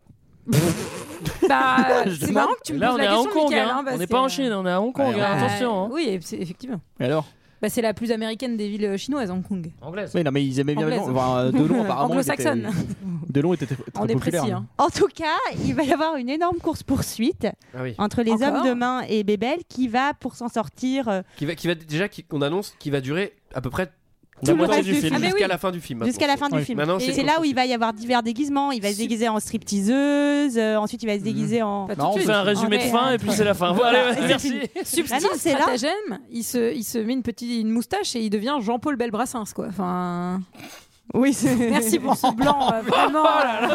S11: Bah,
S6: Je
S11: c'est
S6: demande.
S11: marrant que tu me
S10: Là,
S11: poses
S10: on
S11: la
S10: est à
S11: question,
S10: Hong Kong,
S11: Mickaël,
S10: hein.
S11: hein, bah,
S10: on n'est
S11: c'est-
S10: pas en Chine, on est à Hong Kong,
S6: Ouais,
S10: hein,
S11: Bah,
S10: attention. hein.
S11: Oui, et c'est- effectivement.
S6: Et alors
S11: Bah, c'est la plus américaine des villes chinoises, Hong Kong.
S10: Anglaise.
S6: Oui, non, mais ils aimaient bien
S11: Anglaise.
S6: Belmondo. Enfin, euh, Delon, apparemment. il était-
S11: Anglo-saxonne.
S6: Delon était très, très
S11: On est
S6: populaire.
S11: précis. hein.
S7: En tout cas, il va y avoir une énorme course-poursuite
S1: Ah oui.
S7: entre les
S11: Encore
S7: hommes de main et Bébel qui va, pour s'en sortir, euh,
S1: Qui va, qui va déjà qui- qu'on annonce qui va durer à peu près
S7: Tout le reste du film. Ah, mais
S1: jusqu'à
S7: oui.
S1: la fin du film. hein,
S7: jusqu'à la fin du
S1: Oui.
S7: film.
S1: Maintenant,
S7: Et
S1: c'est
S7: c'est là où il va y avoir divers déguisements. Il va se déguiser en stripteaseuse, euh, ensuite il va se déguiser en.
S11: Pas tout
S10: Non,
S11: de
S10: on
S11: suite.
S10: fait un résumé de
S11: Ok.
S10: fin Ah, et puis c'est la fin. Voilà, allez, merci.
S11: Substile
S7: Ah non, c'est là.
S11: stratagème, il se, il se met une petite une moustache et il devient Jean-Paul Belbrassens quoi. Enfin,
S7: Oui, c'est- Oh
S11: merci pour ce blanc, euh, vraiment.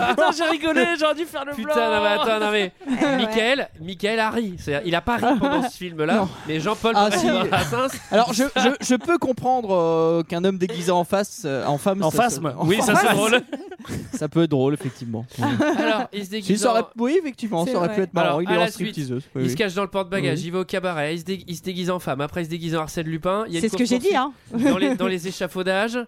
S10: Putain, j'ai rigolé, j'aurais dû faire le Eh, blanc.
S1: Putain, non mais attends, non mais Michael, Michael a ri. C'est-à-dire, Il a pas ri pendant ce film-là, mais Jean-Paul
S6: Ah,
S1: Brel-
S6: si.
S1: Brassens,
S6: Alors, je, je, je peux comprendre euh, qu'un homme déguisé en face, euh, en femme.
S10: En
S6: ça- ça-
S10: phasme. Oui, ça c'est drôle.
S6: Ça peut être drôle, effectivement. Ouais.
S1: Alors, il se
S6: Si,
S1: déguise.
S6: ça
S1: en-
S6: aurait- Oui, effectivement,
S1: C'est
S6: ça aurait
S1: vrai.
S6: pu être marrant.
S1: Alors,
S6: il
S1: à
S6: est en
S1: la suite,
S6: stripteaseuse.
S1: il
S6: Oui, oui.
S1: se cache dans le porte-bagages,
S6: Oui.
S1: il va au cabaret, il se, dé- il se déguise en femme. Après, il se déguise en Arsène Lupin. Il y a une
S7: C'est ce que j'ai dit, hein.
S1: course-poursuite Dans les, dans les échafaudages.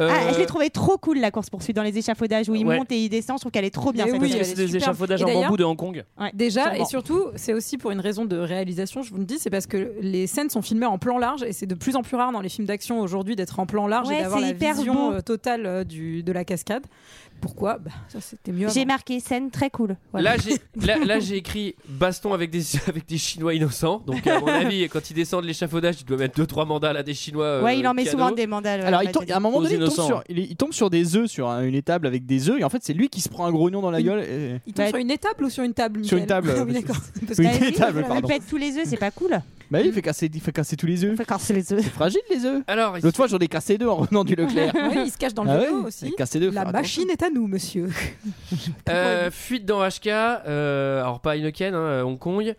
S1: Euh,
S7: Ah, je l'ai trouvé trop cool la course poursuite dans les échafaudages où il
S1: Ouais.
S7: monte et il descend. Je trouve qu'elle est trop bien.
S11: Mais
S7: cette
S11: oui,
S7: scène.
S11: elle est superbe. Et d'ailleurs-
S10: Kong.
S11: Déjà, et
S7: sûrement.
S11: surtout, c'est aussi pour une raison de réalisation, je vous le dis, c'est parce que les scènes sont filmées en plan large et c'est de plus en plus rare dans les films d'action aujourd'hui d'être en plan large
S7: Ouais,
S11: et d'avoir
S7: c'est
S11: la
S7: hyper
S11: vision
S7: beau.
S11: euh, totale euh, du, de la cascade. Pourquoi Bah, Ça, c'était mieux.
S7: J'ai
S11: avant.
S7: marqué scène très cool.
S1: Là, j'ai là, là, j'ai écrit baston avec des, avec des Chinois innocents. Donc, à mon avis, quand ils descendent de l'échafaudage, tu dois mettre 2-3 mandats à des Chinois. euh,
S7: Ouais, il en met
S1: cadeaux.
S7: souvent des mandales. euh, ouais,
S6: Alors, il
S7: ouais,
S6: tombe-
S7: t'as
S6: à un moment
S1: Aux
S6: donné, il tombe,
S1: innocents.
S6: sur, il, il tombe sur des œufs, sur un- une étable avec des œufs, et en fait, c'est lui qui se prend un grognon dans la gueule. et-
S11: Il tombe sur une étable ou sur une table
S6: Bah, Sur une
S11: Michael
S6: table, euh,
S11: Oui, d'accord.
S6: Oui,
S7: Bah
S11: Parce que-
S6: une étable,
S7: dit. Il
S6: pardon.
S7: pète tous les œufs, c'est pas cool.
S6: Bah oui, il fait casser, il fait casser tous les œufs. Il fait
S7: casser les œufs.
S6: C'est fragile les œufs.
S1: Alors,
S6: l'autre fois j'en ai cassé deux en revenant du Leclerc.
S11: Oui, il se cache dans le
S6: Ah
S11: vélo
S6: ouais,
S11: aussi.
S6: il casse les deux,
S11: la
S6: faut faire
S11: machine est à nous, monsieur.
S1: Euh, fuite dans HK, euh, alors pas Heineken, hein, Hong Kong.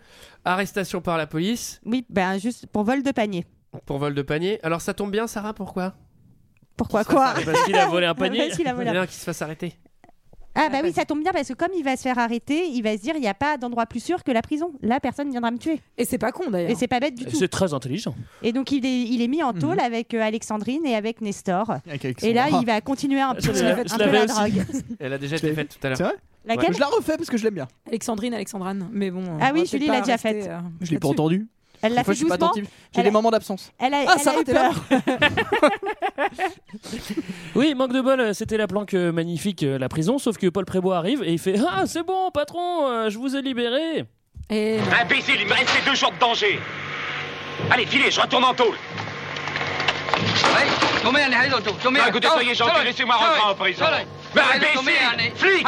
S1: Arrestation par la police
S7: Oui, ben juste pour vol de panier.
S1: pour vol de panier. Alors ça tombe bien, Sarah, pourquoi
S7: Pourquoi quoi
S1: Parce qu'il a volé un
S7: panier. Parce qu'il a volé un-
S1: Il y en a un qui se fasse arrêter.
S7: Ah bah oui, ça tombe bien parce que comme il va se faire arrêter, il va se dire il n'y a pas d'endroit plus sûr que la prison. Là, personne viendra me tuer.
S11: Et c'est pas con d'ailleurs.
S7: Et c'est pas bête du tout.
S10: C'est très intelligent.
S7: Et donc il est, il est mis en tôle
S10: Mhm.
S7: avec euh, Alexandrine et avec Nestor.
S6: Avec Alexandra.
S7: Et là, il va continuer un
S1: Je
S7: peu,
S1: l'avais-
S7: un
S1: je
S7: peu
S1: l'avais
S7: la
S1: aussi.
S7: drogue.
S1: Elle a déjà été faite tout à l'heure.
S6: Ah, C'est vrai
S7: Laquelle
S6: Je la refais parce que je l'aime bien.
S11: Alexandrine, Alexandrane. Mais bon.
S7: Ah
S11: on
S7: oui,
S11: va
S7: Julie
S11: peut-être
S7: l'a
S11: pas
S7: déjà
S11: rester,
S7: faite.
S11: euh,
S6: Je l'ai pas entendu.
S7: Elle l'a
S6: Des fois,
S7: fait
S6: je suis pas
S7: doucement.
S6: attentif. J'ai
S7: Elle
S6: des
S7: a-
S6: moments d'absence.
S7: Elle a,
S6: Ah,
S7: elle a
S6: Sarah,
S7: eu
S6: t'es là.
S7: peur.
S10: Oui, manque de bol, euh, c'était la planque euh, magnifique, euh, la prison, sauf que Paul Prébois arrive et il fait Ah, c'est bon, patron, euh, je vous ai libéré.
S11: Et
S7: Ah,
S4: Imbécile, il me reste ces deux jours de danger. Allez, filez, je retourne en tôle. Ah, écoutez, soyez gentil, laissez-moi rentrer en prison. Mais imbécile, flic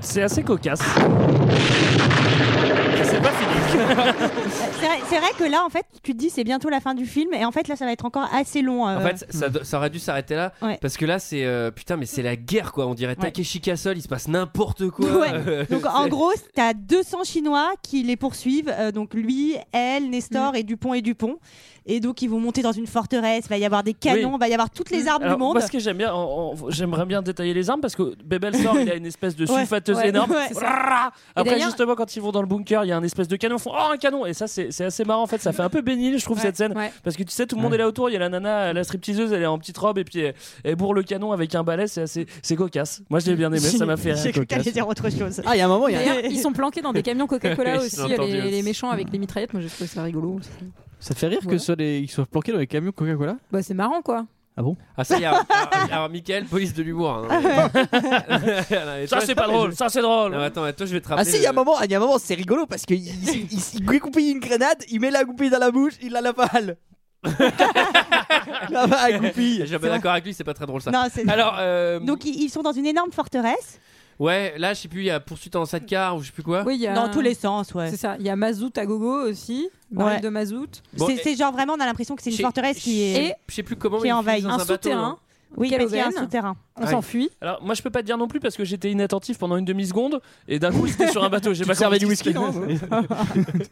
S10: C'est assez cocasse. Et c'est pas fini.
S7: C'est vrai, c'est vrai que là, en fait, tu te dis c'est bientôt la fin du film et en fait là, ça va être encore assez long. euh.
S1: En fait, ça, ça aurait dû s'arrêter là.
S7: Ouais.
S1: Parce que là, c'est. euh, putain, mais c'est la guerre, quoi. On dirait Takeshi Castle, il se passe n'importe quoi.
S7: Ouais.
S1: Euh,
S7: Donc en
S1: c'est-
S7: gros, t'as 200 Chinois qui les poursuivent. euh, donc lui, elle, Nestor et Dupont et Dupont. Et donc ils vont monter dans une forteresse. Il va y avoir des canons.
S10: Oui.
S7: Il va y avoir toutes les armes
S10: Alors,
S7: du monde.
S10: Moi, ce que j'aime bien, en- en- j'aimerais bien détailler les armes parce que Bébel sort, il a une espèce de
S7: Ouais,
S10: sulfateuse
S7: ouais,
S10: énorme.
S7: ouais. C'est ça.
S10: Rrrra.
S7: Et
S10: Après,
S7: d'ailleurs-
S10: justement, quand ils vont dans le bunker, il y a un espèce de canon. Ils font Oh, un canon Et ça, c'est c'est assez marrant en fait. Ça fait un peu bénil, je trouve, cette scène. Parce que tu sais, tout le monde est là autour. Il y a la nana, la stripteaseuse, elle est en petite robe et puis elle, elle bourre le canon avec un balai. C'est assez c'est cocasse. Moi, j'ai bien aimé. Ça m'a fait
S7: J'ai
S10: rire.
S7: cru que t'allais dire autre chose.
S6: Ah, il y a un moment, il y a.
S11: D'ailleurs, ils sont planqués dans des camions Coca-Cola
S6: Oui,
S11: aussi,
S6: je l'ai entendu
S11: les, les
S6: aussi.
S11: méchants avec les mitraillettes. Moi, j'ai trouvé ça rigolo.
S6: Ça te fait rire que ce soit des- qu'ils soient planqués dans les camions Coca-Cola
S11: Bah, c'est marrant, quoi.
S6: Ah bon
S1: Ah, ça y est, alors, alors- alors, Michael, police de l'humour. hein. Non, mais
S10: Ça,
S1: toi,
S10: c'est pas
S1: mais
S10: drôle.
S1: je-
S10: Ça, c'est drôle.
S1: Non, mais attends, mais toi, je vais te rappeler.
S6: Ah si, il y a un
S1: le-
S6: moment, il y a un moment, c'est rigolo parce que il, il, il- il goupille une grenade, il met la goupille dans la bouche, il a la balle. la balle goupille.
S1: Je suis pas d'accord avec lui, c'est pas très drôle ça.
S7: Non, c'est-
S1: Alors, euh,
S7: Donc ils, ils sont dans une énorme forteresse.
S1: ouais, là, je sais plus, il y a poursuite en sidecar ou je sais plus quoi.
S11: Oui, il y a
S7: Ah. Dans tous les sens, ouais.
S11: C'est ça. Il y a Mazout à gogo aussi. Baril
S7: Ouais.
S11: de Mazout.
S1: Bon,
S7: c'est
S1: et-
S7: c'est genre vraiment, on a l'impression que c'est une
S1: Chez-
S7: forteresse qui est,
S1: Je sais plus comment
S7: qui est
S1: il
S7: envahie.
S1: dans un, bateau, hein. non
S7: Oui, parce qu'il y a un
S11: Kalogen.
S7: souterrain.
S11: On s'enfuit.
S10: Alors, moi, je peux pas te dire non plus parce que j'étais inattentif pendant une demi-seconde et d'un coup, c'était sur un bateau. J'ai
S6: Tu
S10: pas
S6: te servais
S10: compris
S6: du
S10: ce qui se
S6: whisky,
S10: passait.
S6: non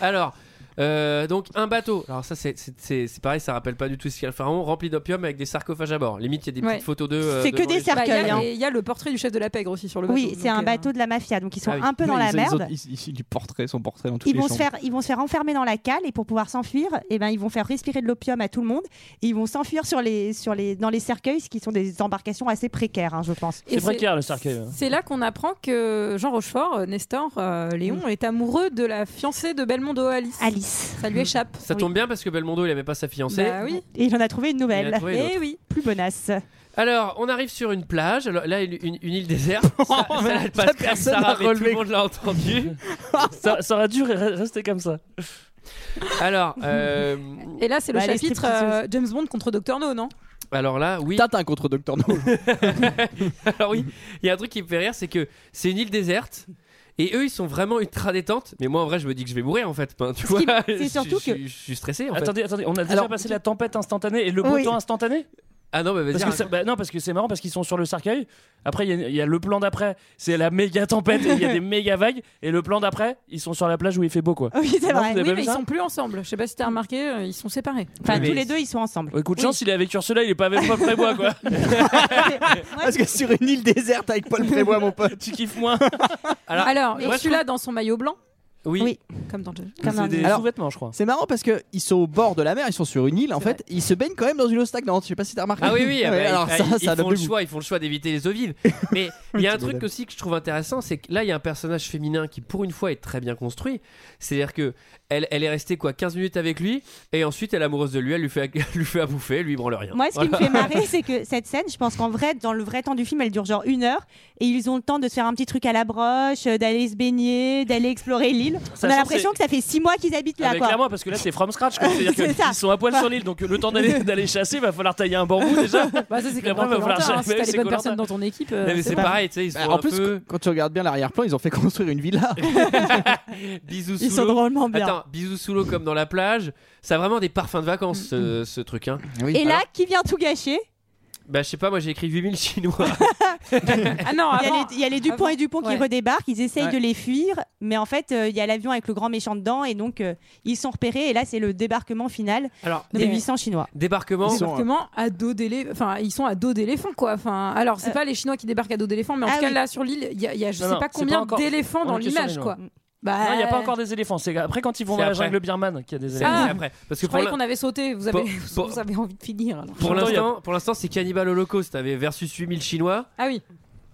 S1: Alors, euh, donc un bateau. Alors ça, c'est- c'est c'est- c'est pareil, ça rappelle pas du tout Iscale Pharaon, rempli d'opium avec des sarcophages à bord. Limite, il y a des
S11: Ouais.
S1: petites photos de. euh, devant les-
S11: Bah, il y a- et Il y a le portrait du chef de la pègre aussi sur le bateau.
S7: Oui, c'est
S11: donc,
S7: un
S11: euh,
S7: bateau de la mafia, donc ils sont
S6: Ah oui.
S7: un peu dans
S6: Ils-
S7: la
S6: ils-
S7: merde.
S6: Ils, ils, ils- du portrait, son portrait dans toutes
S7: Ils
S6: les
S7: vont, se
S6: chambres.
S7: faire, ils vont se faire enfermer dans la cale et pour pouvoir s'enfuir, eh ben, ils vont faire respirer de l'opium à tout le monde et ils vont s'enfuir sur les, sur les, dans les cercueils, ce qui sont des embarcations assez précaires, hein, je pense.
S11: Et
S10: C'est précaire le cercueil.
S11: C'est là qu'on apprend
S10: Mm.
S11: que Jean Rochefort, euh, Nestor, euh, Léon, est amoureux de la fiancée de Belmondo, Alice.
S7: Alice. Paris.
S11: Ça lui échappe.
S1: Ça tombe bien parce que Belmondo, il n'aimait pas sa fiancée.
S10: Bah
S7: Et il en a trouvé une nouvelle.
S1: Il en a trouvé une autre. Eh
S7: oui. Plus bonasse.
S1: Alors, on arrive sur une plage. Alors, là, une, une- une île déserte. ça, ça, là,
S10: Ça,
S1: passe crème,
S10: personne
S1: Sarah,
S10: n'a
S1: mais tout
S10: relevé.
S1: le monde l'a entendu.
S10: ça, ça aurait dû re- rester comme ça.
S1: Alors, euh,
S11: Et là, c'est le
S1: Bah, les
S11: chapitre
S1: stripteaseuses.
S11: euh, James Bond contre Dr. No, non
S1: alors là, oui.
S6: Tintin contre Docteur No.
S1: Alors oui, il y a un truc qui me fait rire, c'est que c'est une île déserte. Et eux, ils sont vraiment ultra détente. Mais moi, en vrai, je me dis que je vais mourir, en fait. Ben, tu vois,
S10: qui- c'est
S1: je-
S10: surtout
S1: je,
S10: que-
S1: je- je suis stressé. En fait.
S10: Attendez, attendez, on a déjà passé la tempête instantanée et le beau
S1: Oui.
S10: temps instantané
S1: Ah non, bah vas-y.
S10: Parce que ça- bah non, parce que c'est marrant parce qu'ils sont sur le cercueil. Après, il y a- il y, a le plan d'après, c'est la méga tempête, et il y a des méga vagues. Et le plan d'après, ils sont sur la plage où il fait beau quoi. Non, vous avez
S11: Oui,
S10: pas
S11: mais
S10: vu
S11: ils
S10: ça
S11: sont plus ensemble. Je sais pas si
S7: Mm.
S11: t'as remarqué, euh, ils sont séparés.
S10: Enfin, Mais- tous les
S7: deux, ils sont ensemble.
S10: Ouais, coup de chance, il est avec Ursula, il est pas avec Paul Prébois quoi.
S7: Ah.
S6: Parce que sur une île déserte avec Paul Prébois, mon pote,
S10: tu kiffes moins.
S11: Alors, Ursula dans son maillot blanc.
S1: Oui.
S11: Comme dans James
S10: C'est des
S6: Alors,
S10: sous-vêtements, je crois.
S6: C'est marrant parce que ils sont au bord de la mer, ils sont sur une île. En fait, ils se baignent quand même dans une eau stagnante. Je sais pas si t'as remarqué.
S1: Ah oui, oui, ah bah,
S6: Ouais,
S1: ils-
S6: alors
S1: ah,
S6: ça,
S1: ils,
S6: ça
S1: ils
S6: n'a
S1: font
S6: plus
S1: le
S6: goût.
S1: choix, ils font le choix d'éviter les eaux vives. Mais il y a un
S6: Quel
S1: truc
S6: bonhomme.
S1: aussi que je trouve intéressant, c'est que là, il y a un personnage féminin qui, pour une fois, est très bien construit. C'est-à-dire que elle, elle est restée quoi 15 minutes avec lui, et ensuite, elle est amoureuse de lui, elle lui fait, elle lui fait à bouffer, lui, il branle rien.
S7: Moi, ce qui me
S1: Voilà.
S7: fait marrer, c'est que cette scène, je pense qu'en vrai, dans le vrai temps du film, elle dure genre une heure et ils ont le temps de se faire un petit truc à la broche, euh, d'aller se baigner, d'aller explorer l'île.
S10: Ça
S7: On a
S10: sent,
S7: l'impression
S10: c'est-
S7: que ça fait six mois qu'ils habitent
S10: Ah,
S7: là,
S10: mais
S7: quoi.
S10: clairement, parce que là c'est from scratch. quoi. C'est-à-dire
S7: C'est
S10: que
S7: ça.
S10: ils sont à poil sur l'île, donc le temps d'aller d'aller chasser, va falloir tailler un bambou déjà.
S11: Bah, ça, c'est
S10: Puis
S11: comme
S10: après,
S11: dans
S10: va falloir
S11: Koh-Lanta, hein,
S10: chercher-
S11: Si t'as les
S10: c'est
S11: bonnes
S10: Koh-Lanta.
S11: personnes dans ton équipe. euh,
S1: mais c'est pareil, tu sais, ils se
S6: Bah,
S1: font
S6: en
S1: un
S6: plus,
S1: peu-
S6: quand- quand tu regardes bien l'arrière-plan, ils ont fait construire une villa.
S1: Bisous
S6: Ils
S1: sous
S6: sont
S1: l'eau.
S6: drôlement bien.
S1: Attends, bisous sous l'eau comme dans la plage. Ça a vraiment des parfums de vacances, ce,
S6: Mm,
S1: ce truc. Hein.
S7: Et là,
S1: Alors,
S7: qui vient tout gâcher
S1: Bah, je sais pas, moi j'ai écrit 8000 chinois.
S7: Ah
S11: non,
S7: il y a
S11: avant-
S7: les, il y a les Dupont et Dupont
S11: ouais.
S7: qui redébarquent, ils essayent
S1: Ouais.
S7: de les fuir, mais en fait, euh, il y a l'avion avec le grand méchant dedans et donc euh, ils sont repérés. Et là, c'est le débarquement final
S1: Alors,
S7: des 800 Chinois.
S1: Débarquement.
S11: Débarquement à dos d'éléphant. Enfin, ils sont à dos d'éléphant, quoi. Enfin, alors c'est pas les Chinois qui débarquent à dos d'éléphant, mais en
S7: Ah
S11: tout cas
S7: oui.
S11: là sur l'île, il y, a- il y a je
S10: Euh, Non,
S11: sais
S10: non,
S11: pas
S10: c'est pas
S11: combien
S10: encore-
S11: d'éléphants
S10: on
S11: dans
S10: est que sur
S11: l'image,
S10: les
S11: quoi.
S10: Noirs.
S11: Bah,
S10: Non, il n'y a pas encore des éléphants. C'est après quand ils vont
S1: C'est
S10: dans la
S1: après.
S10: jungle birmane qu'il y a des
S1: C'est
S10: éléphants.
S1: c'est après. Parce que
S11: Ah, Je
S1: pour
S11: croyais
S1: l'in-
S11: qu'on avait sauté. Vous avez,
S1: Pour- pour-
S11: vous avez envie de finir. alors.
S1: pour l'instant, pour l'instant, c'est Cannibal Holocaust. T'avais versus 8000 chinois.
S11: Ah oui.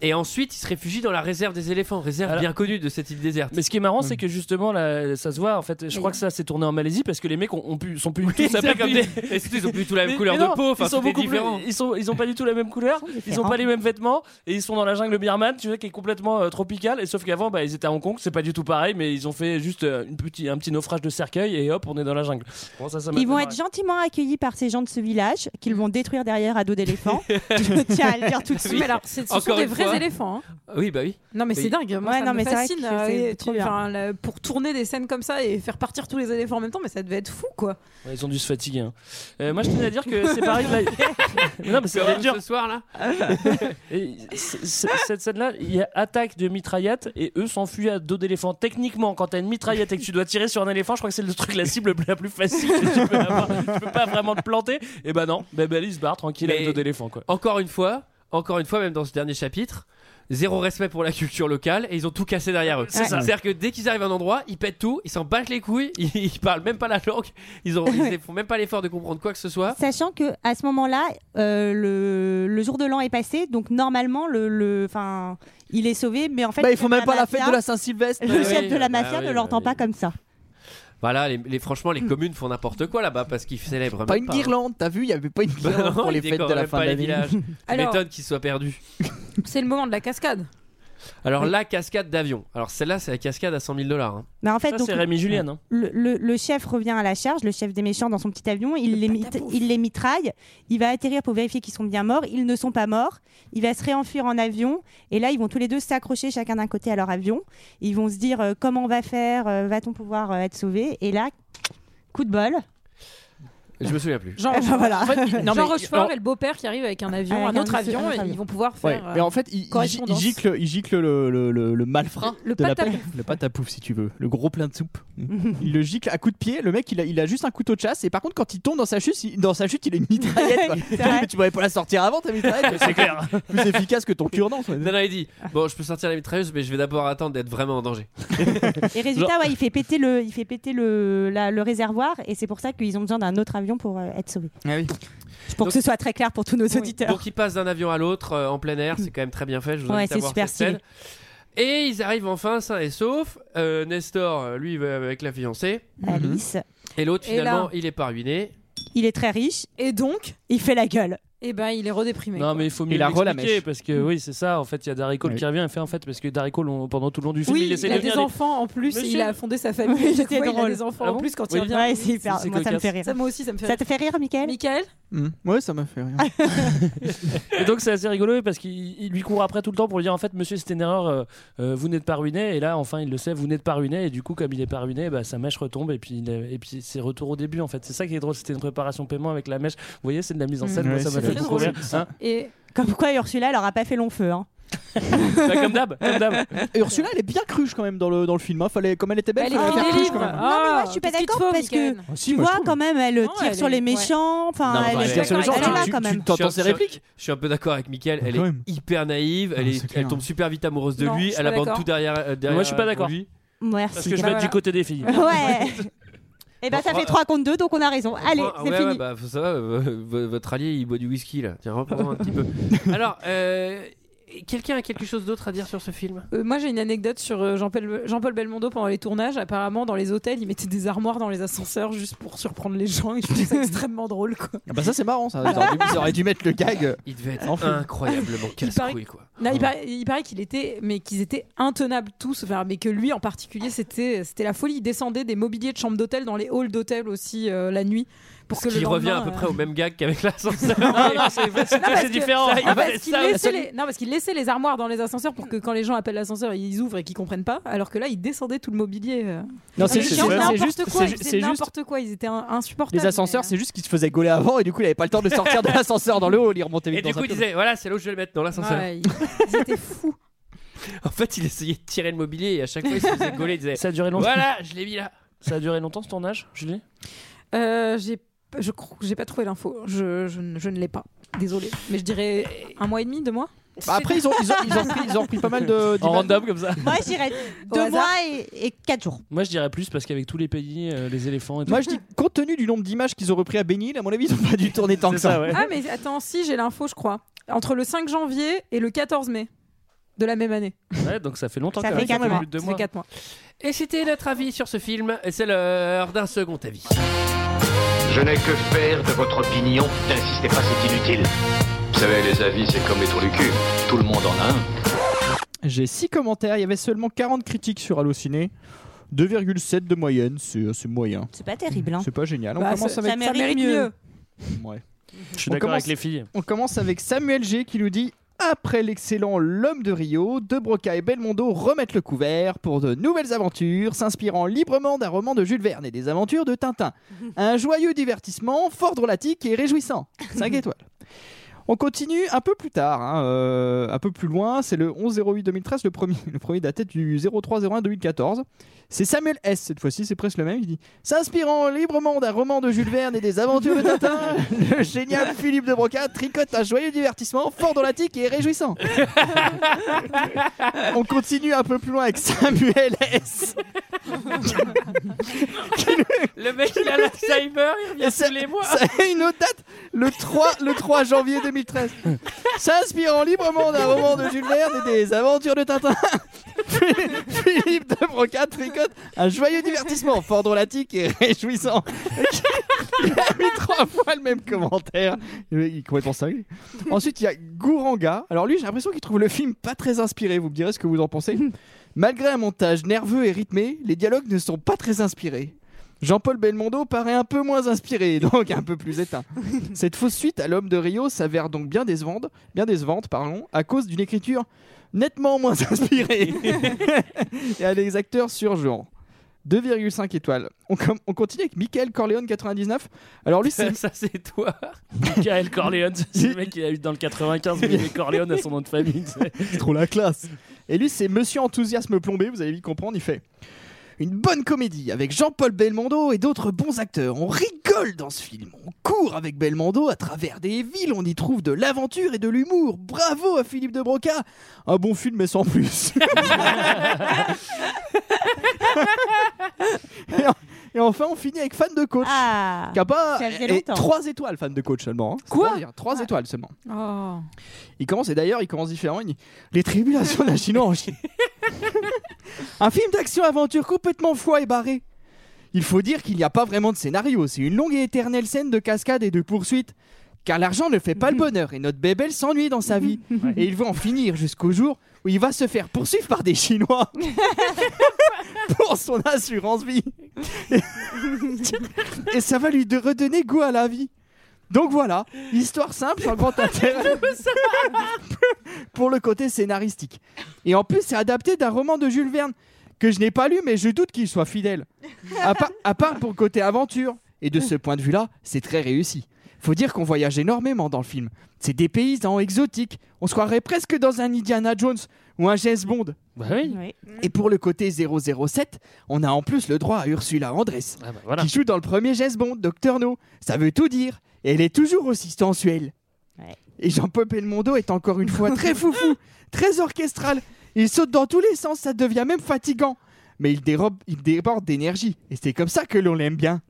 S1: Et ensuite, ils se réfugient dans la réserve des éléphants, réserve
S10: Alors-
S1: bien connue de cette île déserte.
S10: Mais ce qui est marrant, c'est que justement, là, ça se voit. En fait, je crois que ça s'est tourné en Malaisie parce que les mecs ont, ont pu, sont plus du tout
S1: ils
S10: sapés
S1: ont
S10: comme
S1: plus-
S10: des.
S1: et surtout, ils ont plus du tout la même
S10: Mais-
S1: couleur
S10: mais
S1: de
S10: non,
S1: peau, enfin,
S10: ils sont
S1: tout est
S10: beaucoup plus-
S1: différent.
S10: ils sont, ils ont pas du tout la même couleur. Ils ont
S1: différents.
S10: pas les mêmes vêtements et ils sont dans la jungle birmane, tu vois, qui est complètement euh, tropicale. Et sauf qu'avant, bah, ils étaient à Hong Kong, c'est pas du tout pareil, mais ils ont fait juste euh, une petite- un petit naufrage de cercueil et hop, on est dans la jungle. Bon, ça, ça m'a
S7: Ils vont
S10: fait
S7: être
S10: marrer.
S7: gentiment accueillis par ces gens de ce village qu'ils vont détruire derrière à dos d'éléphant. Je tiens à le dire tout de suite.
S11: Mais alors, c'est- ce sont
S1: Encore
S11: des
S1: une
S11: vrais
S1: fois.
S11: éléphants. hein.
S1: Oui, bah oui.
S11: Non mais c'est dingue, moi
S7: Ouais,
S11: ça
S7: non,
S11: me
S7: mais c'est vrai
S11: fascine
S7: que c'est
S11: euh,
S7: trop
S11: tu-
S7: bien.
S11: enfin, le- pour tourner des scènes comme ça et faire partir tous les éléphants en même temps, mais ça devait être fou quoi.
S10: Ouais, ils ont dû se fatiguer. hein. Euh, moi, je tenais à dire que c'est pareil. Là... Mais non, mais c'est
S1: Comme
S10: dur.
S1: ce soir là.
S10: Et c- c- cette scène-là, il y a attaque de mitraillette et eux s'enfuient à dos d'éléphant. Techniquement, quand t'as une mitraillette et que tu dois tirer sur un éléphant, je crois que c'est le truc la cible la plus facile que tu peux avoir. Tu peux pas vraiment te planter. Et bah non, bah, bah, il se barre tranquille
S1: Mais-
S10: avec dos d'éléphant quoi.
S1: Encore une fois, encore une fois, même dans ce dernier chapitre. Zéro respect pour la culture locale et ils ont tout cassé derrière eux.
S10: C'est ça.
S1: C'est-à-dire que dès qu'ils arrivent à un endroit, ils pètent tout, ils s'en battent les couilles, ils, ils parlent même pas la langue, ils, ont, ils font même pas l'effort de comprendre quoi que ce soit.
S7: Sachant que à ce moment-là, euh, le, le jour de l'an est passé, donc normalement le, le- enfin, il est sauvé, mais en fait,
S6: Bah, ils
S7: le
S6: font
S7: chef
S6: même pas la
S7: mafia-
S6: fête de la Saint-Sylvestre.
S7: Le chef
S1: oui,
S7: de la
S1: bah
S7: mafia
S1: oui,
S7: ne
S1: bah
S7: l'entend
S1: oui.
S7: pas comme ça.
S1: Voilà, les, les- franchement, les communes font n'importe quoi là-bas parce qu'ils célèbrent.
S6: Pas
S1: même
S6: une guirlande, t'as vu Il y avait pas une
S1: Ah, Bah
S6: guirlande
S1: non,
S6: pour les
S1: ils
S6: fêtes de
S1: décorent
S6: la
S1: même
S6: fin
S1: pas
S6: de
S1: les
S6: l'année.
S1: villages. Je
S11: Alors-
S1: m'étonne qu'ils soient perdus.
S11: C'est le moment de la cascade.
S1: Alors la cascade d'avion. Alors celle-là, c'est la cascade à 100 000 dollars. hein.
S7: Mais Bah, en fait,
S10: Ça,
S7: donc,
S10: c'est Rémi Julien. hein.
S7: le, le- le chef revient à la charge, le chef des méchants dans son petit avion, il les, mit- il les mitraille, il va atterrir pour vérifier qu'ils sont bien morts, ils ne sont pas morts, il va se réenfuir en avion, et là ils vont tous les deux s'accrocher chacun d'un côté à leur avion, ils vont se dire euh, comment on va faire, euh, va-t-on pouvoir euh, être sauvé, et là, coup de bol.
S1: Je me souviens plus.
S11: Jean,
S7: Eh ben voilà.
S11: en fait,
S6: Non,
S11: Jean
S6: mais-
S11: Rochefort
S6: alors-
S11: et le beau-père qui arrivent avec un avion,
S7: Avec
S11: un autre
S7: un-
S11: avion,
S7: un
S11: et
S7: avion.
S11: ils vont pouvoir
S6: Ouais,
S11: faire.
S6: mais
S11: euh,
S6: en fait, il, il, gi- il
S11: correspondance.
S6: gicle, il gicle le, le, le, le malfrat
S11: Le
S6: de la
S11: pâte à pouf.
S6: le pâte à pouf, si tu veux, le gros plein de soupe. il le gicle à coups de pied. Le mec, il a, il a juste un couteau de chasse. Et par contre, quand il tombe dans sa chute, il, dans sa chute, il a une mitraillette. quoi.
S7: C'est vrai.
S6: Mais tu pourrais pas la sortir avant ta mitraillette.
S10: C'est clair.
S6: Plus efficace que ton cure-dent. quoi.
S1: Non, non, il dit Bon, je peux sortir la mitrailleuse, mais je vais d'abord attendre d'être vraiment en danger.
S7: Et résultat, ouais, il fait péter le, il fait péter le, la- le réservoir, et c'est pour ça qu'ils ont besoin d'un autre avion pour euh, être sauvés.
S6: Ah
S7: Pour que ce soit très clair pour tous nos auditeurs.
S1: Donc, il passe d'un avion à l'autre euh, en plein air, c'est quand même très bien fait. Je vous
S7: Ouais,
S1: invite à
S7: c'est
S1: voir
S7: super
S1: cette scène. Et ils arrivent enfin sains et saufs. Euh, Nestor, euh, lui, va avec la fiancée.
S7: Alice.
S1: Et l'autre,
S7: Et là-
S1: finalement, il est pas ruiné.
S7: Il est très riche.
S11: Et donc
S7: Il fait la gueule.
S11: Et ben, il est redéprimé.
S10: Non, mais il faut mieux
S6: Il a re la
S10: l'expliquer
S6: mèche.
S10: parce que oui, c'est ça. En fait, il y a Darry Cole qui revient et fait en fait parce que Darry Cole, on- pendant tout le long du film,
S11: oui,
S10: il essaie de
S11: il a des
S10: devenir
S11: enfants en plus,
S7: Monsieur-
S11: il a fondé sa famille.
S7: Oui,
S11: chaque
S7: c'était
S11: fois, il a
S7: drôle.
S11: des enfants
S7: Ah
S11: en
S7: bon
S11: plus quand
S10: Oui.
S11: il revient.
S7: Ouais, c'est hyper-
S11: C'est
S7: moi, ça me
S10: cocasse.
S7: fait rire.
S11: Ça, moi aussi, ça me fait
S7: Ça te fait rire, Michael
S11: Michael
S6: Hmm. Ouais, ça m'a fait rire.
S10: Et donc c'est assez rigolo parce qu'il il lui court après tout le temps pour lui dire en fait monsieur c'était une erreur, euh, euh, vous n'êtes pas ruiné et là enfin il le sait vous n'êtes pas ruiné et du coup comme il est pas ruiné bah, sa mèche retombe et puis il est- et puis c'est retour au début en fait c'est ça qui est drôle c'était une préparation paiement avec la mèche vous voyez c'est de la mise en scène
S6: Mmh.
S10: moi,
S6: Ouais,
S10: ça m'a
S6: c'est
S10: fait
S6: très
S10: beaucoup
S6: drôle.
S10: rire hein.
S11: Et
S7: Comme quoi, Ursula, elle aura pas fait long feu. Hein.
S10: Bah, comme d'hab comme d'hab
S6: Et Ursula, elle est bien cruche quand même dans le, dans le film. hein. Fallait, comme elle était belle,
S11: bah, Elle est
S6: fallait
S11: bien
S6: faire cruche
S11: libre.
S6: quand même.
S11: Ah,
S7: non, mais moi, je suis pas
S11: qu'est-ce qu'il te
S7: d'accord
S11: faut,
S7: parce que
S11: Michael
S6: Ah, si,
S7: tu
S6: moi, je
S7: vois
S6: trouve.
S7: quand même, elle
S11: Non,
S7: tire
S11: elle
S7: sur
S11: est-
S7: les méchants. Enfin,
S10: Non,
S7: elle,
S10: enfin,
S7: est-
S10: elle tire sur les gens,
S7: elle est là
S6: tu-
S7: quand
S6: tu-
S7: même.
S6: T'entends
S1: Je suis
S6: ses
S1: un-
S6: répliques
S1: Je suis un peu d'accord avec Michael. Elle
S6: Ah, Quand
S1: est
S6: même. Ah,
S1: hyper naïve. Elle,
S6: Non,
S1: est-
S6: c'est clair.
S1: elle tombe super vite amoureuse de
S11: Non, je
S1: lui.
S11: suis
S1: Elle
S11: pas
S1: abandonne
S11: d'accord.
S1: tout derrière. euh, derrière
S10: Moi, je suis pas d'accord.
S1: lui.
S10: parce
S7: Merci. bah
S10: que je vais être du côté des filles
S7: Ouais. Et ben ça fait 3 contre 2, donc on a raison. Allez,
S1: Ah,
S7: c'est
S1: ouais,
S7: fini.
S1: ouais, bah, faut- ça va, euh, v- votre allié, il boit du whisky là. Tiens, reprends un petit peu. Alors, euh, quelqu'un a quelque chose d'autre à dire sur ce film
S11: Euh, moi, j'ai une anecdote sur euh, Jean-Paul Jean-Paul Belmondo pendant les tournages. Apparemment, dans les hôtels, il mettait des armoires dans les ascenseurs juste pour surprendre les gens. Et je trouve ça extrêmement drôle, quoi.
S6: Ah bah ça c'est marrant ça. Ils auraient, dû, ils auraient dû mettre le gag.
S1: Il devait être
S6: Enfin.
S1: incroyablement casse-couille quoi.
S11: Non, il, paraît, il paraît qu'il était, mais qu'ils étaient intenables tous, enfin, mais que lui en particulier, c'était, c'était la folie. Il descendait des mobiliers de chambres d'hôtel dans les halls d'hôtel aussi euh, la nuit, pour
S1: Ce
S11: que le
S1: qui revient à peu
S11: lendemain, euh,
S1: près au même gag qu'avec l'ascenseur.
S11: Non, parce
S10: c'est
S11: que-
S10: différent
S11: Non,
S10: Il
S11: parce
S10: fait
S11: qu'il
S10: ça,
S11: laissait
S10: la seule-
S11: les- non, parce qu'il laissait les armoires dans les ascenseurs pour que quand les gens appellent l'ascenseur, ils ouvrent et qu'ils comprennent pas. Alors que là, il descendait tout le mobilier. euh.
S6: Non
S11: Les gens, n'importe quoi,
S6: c'est
S11: ils
S6: ju-
S11: faisaient
S6: c'est juste
S11: n'importe quoi, ils étaient in- insupportables.
S6: les ascenseurs,
S11: mais, hein.
S6: c'est juste qu'ils se faisaient gauler avant et du coup il avait pas le temps de sortir de l'ascenseur dans le haut, il remontait vite
S1: Et
S6: dans
S1: du coup,
S6: un
S1: il
S6: pied.
S1: disait voilà, c'est là où je vais le mettre dans
S11: euh,
S1: l'ascenseur.
S11: ouais, ils- ils étaient fous.
S1: En fait, il essayait de tirer le mobilier et à chaque fois, il se faisait gauler. Il disait
S10: ça a duré longtemps
S1: voilà, je l'ai mis là.
S10: ça a duré longtemps ce tournage Julie
S11: Euh, j'ai je crois que j'ai pas trouvé l'info. Je, je ne- je ne l'ai pas. Désolé. Mais je dirais un mois et demi, deux mois.
S6: Bah, après ils ont ils ont ils ont pris, ils ont repris pas mal de
S10: en
S6: d'images.
S10: random comme ça
S7: Moi, j'irais
S11: Au
S7: 2
S11: hasard.
S7: mois et, 4 jours.
S10: moi je dirais plus parce qu'avec tous les pays euh, les éléphants et tout
S6: Moi je dis compte tenu du nombre d'images qu'ils ont repris à Bénil, à mon avis ils ont pas dû tourner tant
S10: C'est
S6: que ça.
S10: ouais.
S11: Ah, mais attends, si, j'ai l'info, je crois. Entre le 5 janvier et le 14 mai de la même année.
S10: Ouais, donc ça fait longtemps
S7: Ça
S10: quand
S7: fait
S10: même,
S7: quatre mois.
S10: plus de deux
S11: Ça
S10: mois
S11: fait 4 mois.
S1: Et c'était notre avis sur ce film. Et c'est l'heure d'un second avis.
S4: Je n'ai que faire de votre opinion. N'insistez pas, c'est inutile.
S5: Vous savez, les avis, c'est comme les trous du cul. Tout le monde en a un.
S6: J'ai 6 commentaires, il y avait seulement 40 critiques sur Allociné. 2,7 de moyenne, c'est c'est moyen.
S7: C'est pas terrible. Hein.
S6: C'est pas génial. On
S11: Bah,
S6: commence
S11: ça,
S6: avec
S11: ça mérite
S7: mieux.
S11: mieux.
S6: Ouais.
S10: je suis
S6: On
S10: d'accord
S6: commence-
S10: avec les filles
S6: On commence avec Samuel G qui nous dit après l'excellent L'homme de Rio, De Broca et Belmondo remettent le couvert pour de nouvelles aventures, s'inspirant librement d'un roman de Jules Verne et des aventures de Tintin. Un joyeux divertissement, fort drôlatique et réjouissant. 5 étoiles. On continue un peu plus tard, hein, euh, un peu plus loin, c'est le 11-08-2013, le premier, le premier daté du 03-01-2014. C'est Samuel S, cette fois-ci, c'est presque le même, il dit S'inspirant librement d'un roman de Jules Verne et des aventures de Tintin, le génial Philippe de Broca tricote un joyeux divertissement fort drôlatique et réjouissant. On continue un peu plus loin avec Samuel S.
S1: Le mec, il a l'Alzheimer, il
S6: Et
S1: revient
S6: c'est-
S1: tous les mois.
S6: C'est une autre date, le 3, le 3 janvier 2013. S'inspirant librement d'un roman de Jules Verne et des aventures de Tintin, Philippe de Broca tricote un joyeux divertissement fort drôlatique et réjouissant. Il a mis trois fois le même commentaire. Il est complètement cinglé. Ensuite, il y a Gouranga. Alors lui, j'ai l'impression qu'il trouve le film pas très inspiré. Vous me direz ce que vous en pensez. Malgré un montage nerveux et rythmé, les dialogues ne sont pas très inspirés. Jean-Paul Belmondo paraît un peu moins inspiré, donc un peu plus éteint. Cette fausse suite à l'homme de Rio s'avère donc bien décevante, bien décevante pardon, à cause d'une écriture nettement moins inspirée et à des acteurs surjouants. 2,5 étoiles. On, com- on continue avec Michael Corleone 99. Alors lui, c'est
S1: Ça, c'est toi.
S10: Michael Corleone, c'est le mec qui a eu dans le 95 mais Corleone à son nom de famille. tu sais.
S6: trop la classe. Et lui, c'est Monsieur Enthousiasme Plombé, vous allez vite comprendre, il fait. Une bonne comédie avec Jean-Paul Belmondo et d'autres bons acteurs. On rigole dans ce film. On court avec Belmondo à travers des villes. On y trouve de l'aventure et de l'humour. Bravo à Philippe de Broca. Un bon film, mais sans plus. Et en- Et enfin, on finit avec fan de coach.
S7: Ah,
S6: qui a pas.
S7: ça
S6: et-
S7: faisait
S6: et
S7: longtemps.
S6: trois étoiles, fan de coach seulement. hein. C'est
S11: Quoi
S6: pas bien, Trois étoiles seulement.
S11: Oh.
S6: Il commence, et d'ailleurs, il commence différemment. il dit, Les tribulations d'un Chinois en Chine. Un film d'action-aventure complètement foie et barré. Il faut dire qu'il n'y a pas vraiment de scénario. C'est une longue et éternelle scène de cascade et de poursuite. Car l'argent ne fait pas le bonheur et notre bébel s'ennuie dans sa vie. Et il veut en finir jusqu'au jour où il va se faire poursuivre par des Chinois pour son assurance vie. Et, et ça va lui de- redonner goût à la vie. Donc voilà, histoire simple sans grand intérêt pour le côté scénaristique. Et en plus, c'est adapté d'un roman de Jules Verne que je n'ai pas lu, mais je doute qu'il soit fidèle. À, part- à part pour le côté aventure. Et de ce point de vue-là, c'est très réussi. Faut dire qu'on voyage énormément dans le film. C'est des paysans exotiques. On se croirait presque dans un Indiana Jones ou un James Bond.
S10: Bah
S6: Et pour le côté 007, on a en plus le droit à Ursula Andress,
S10: Ah bah
S6: qui joue dans le premier James Bond, Docteur No. Ça veut tout dire. Et elle est toujours aussi sensuelle. Et Jean-Paul Belmondo est encore une fois très foufou, très orchestral. Il saute dans tous les sens, ça devient même fatigant. Mais il, dérobe, il déborde d'énergie. Et c'est comme ça que l'on l'aime bien.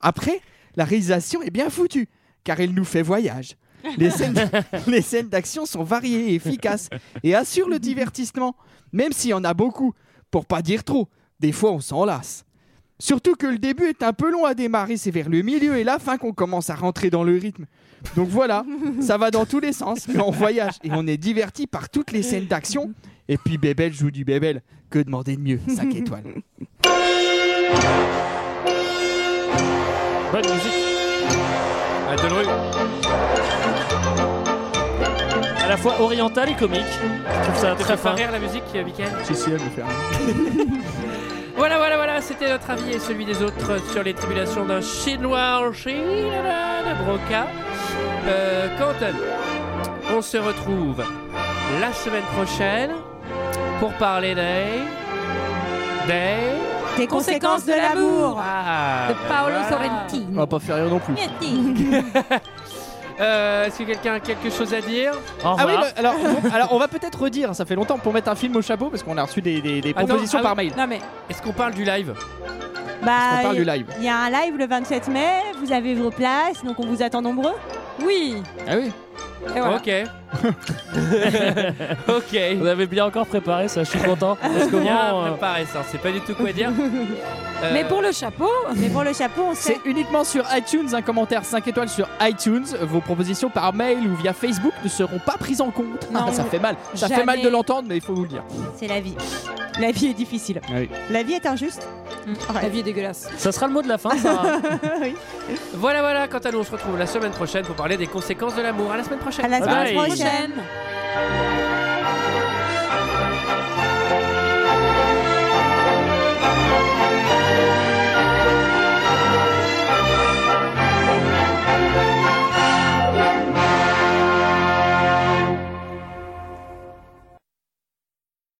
S6: Après, la réalisation est bien foutue, car elle nous fait voyage. Les scènes, les scènes d'action sont variées et efficaces et assurent le divertissement, même s'il y en a beaucoup, pour pas dire trop. Des fois, on s'en lasse. Surtout que le début est un peu long à démarrer, c'est vers le milieu et la fin qu'on commence à rentrer dans le rythme. Donc voilà, ça va dans tous les sens, mais on voyage et on est diverti par toutes les scènes d'action. Et puis Bébel joue du Bébel, que demander de mieux 5 étoiles.
S1: Bonne musique. À Delru.
S10: À la fois oriental et comique. Je trouve ça
S1: T'as
S10: très
S1: fait pas
S10: fin.
S1: rire la musique, euh, Mickaël
S6: Si, si, elle me fait un-
S1: Voilà, voilà, voilà, c'était notre avis et celui des autres sur les tribulations d'un Chinois en Chine, de Broca. Euh, quant à nous, on se retrouve la semaine prochaine pour parler des. des.
S7: Des conséquences de l'amour. Oh. Bah,
S1: Ah, ben voilà.
S6: On va pas faire rire non plus.
S1: Euh, Est-ce que quelqu'un a quelque chose à dire
S6: Ah oui, le- alors, bon, alors on va peut-être redire, hein, ça fait longtemps pour mettre un film au chapeau parce qu'on a reçu des, des- des
S1: Attends,
S6: propositions
S1: ah
S6: par
S1: oui.
S6: mail.
S1: Non,
S11: mais
S1: Est-ce qu'on parle du live
S6: qu'on
S7: Bah,
S6: parle
S7: il-
S6: du live.
S7: Il y a un live le 27 mai, vous avez vos places, donc on vous attend nombreux.
S11: Oui.
S6: Ah oui
S1: Ok. ok.
S10: On avait bien encore préparé ça, je suis content. Parce que
S1: Bien
S10: vraiment, euh,
S1: préparé ça, c'est pas du tout quoi dire. Euh,
S11: Mais pour le chapeau,
S7: Mais pour le chapeau, on sait.
S6: C'est uniquement sur iTunes, un commentaire 5 étoiles sur iTunes. Vos propositions par mail ou via Facebook ne seront pas prises en compte. Ah,
S11: Non,
S6: ça fait mal. Ça fait
S11: jamais.
S6: mal de l'entendre, mais il faut vous le dire.
S7: C'est la vie. La vie est difficile. La vie est injuste.
S11: la vie est dégueulasse.
S10: ça sera le mot de la fin, ça.
S7: Oui.
S1: Voilà, voilà, quant à nous, on se retrouve la semaine prochaine pour parler des conséquences de l'amour. À la semaine prochaine.
S7: À la
S10: Bye.
S7: semaine prochaine.
S11: Prochaine.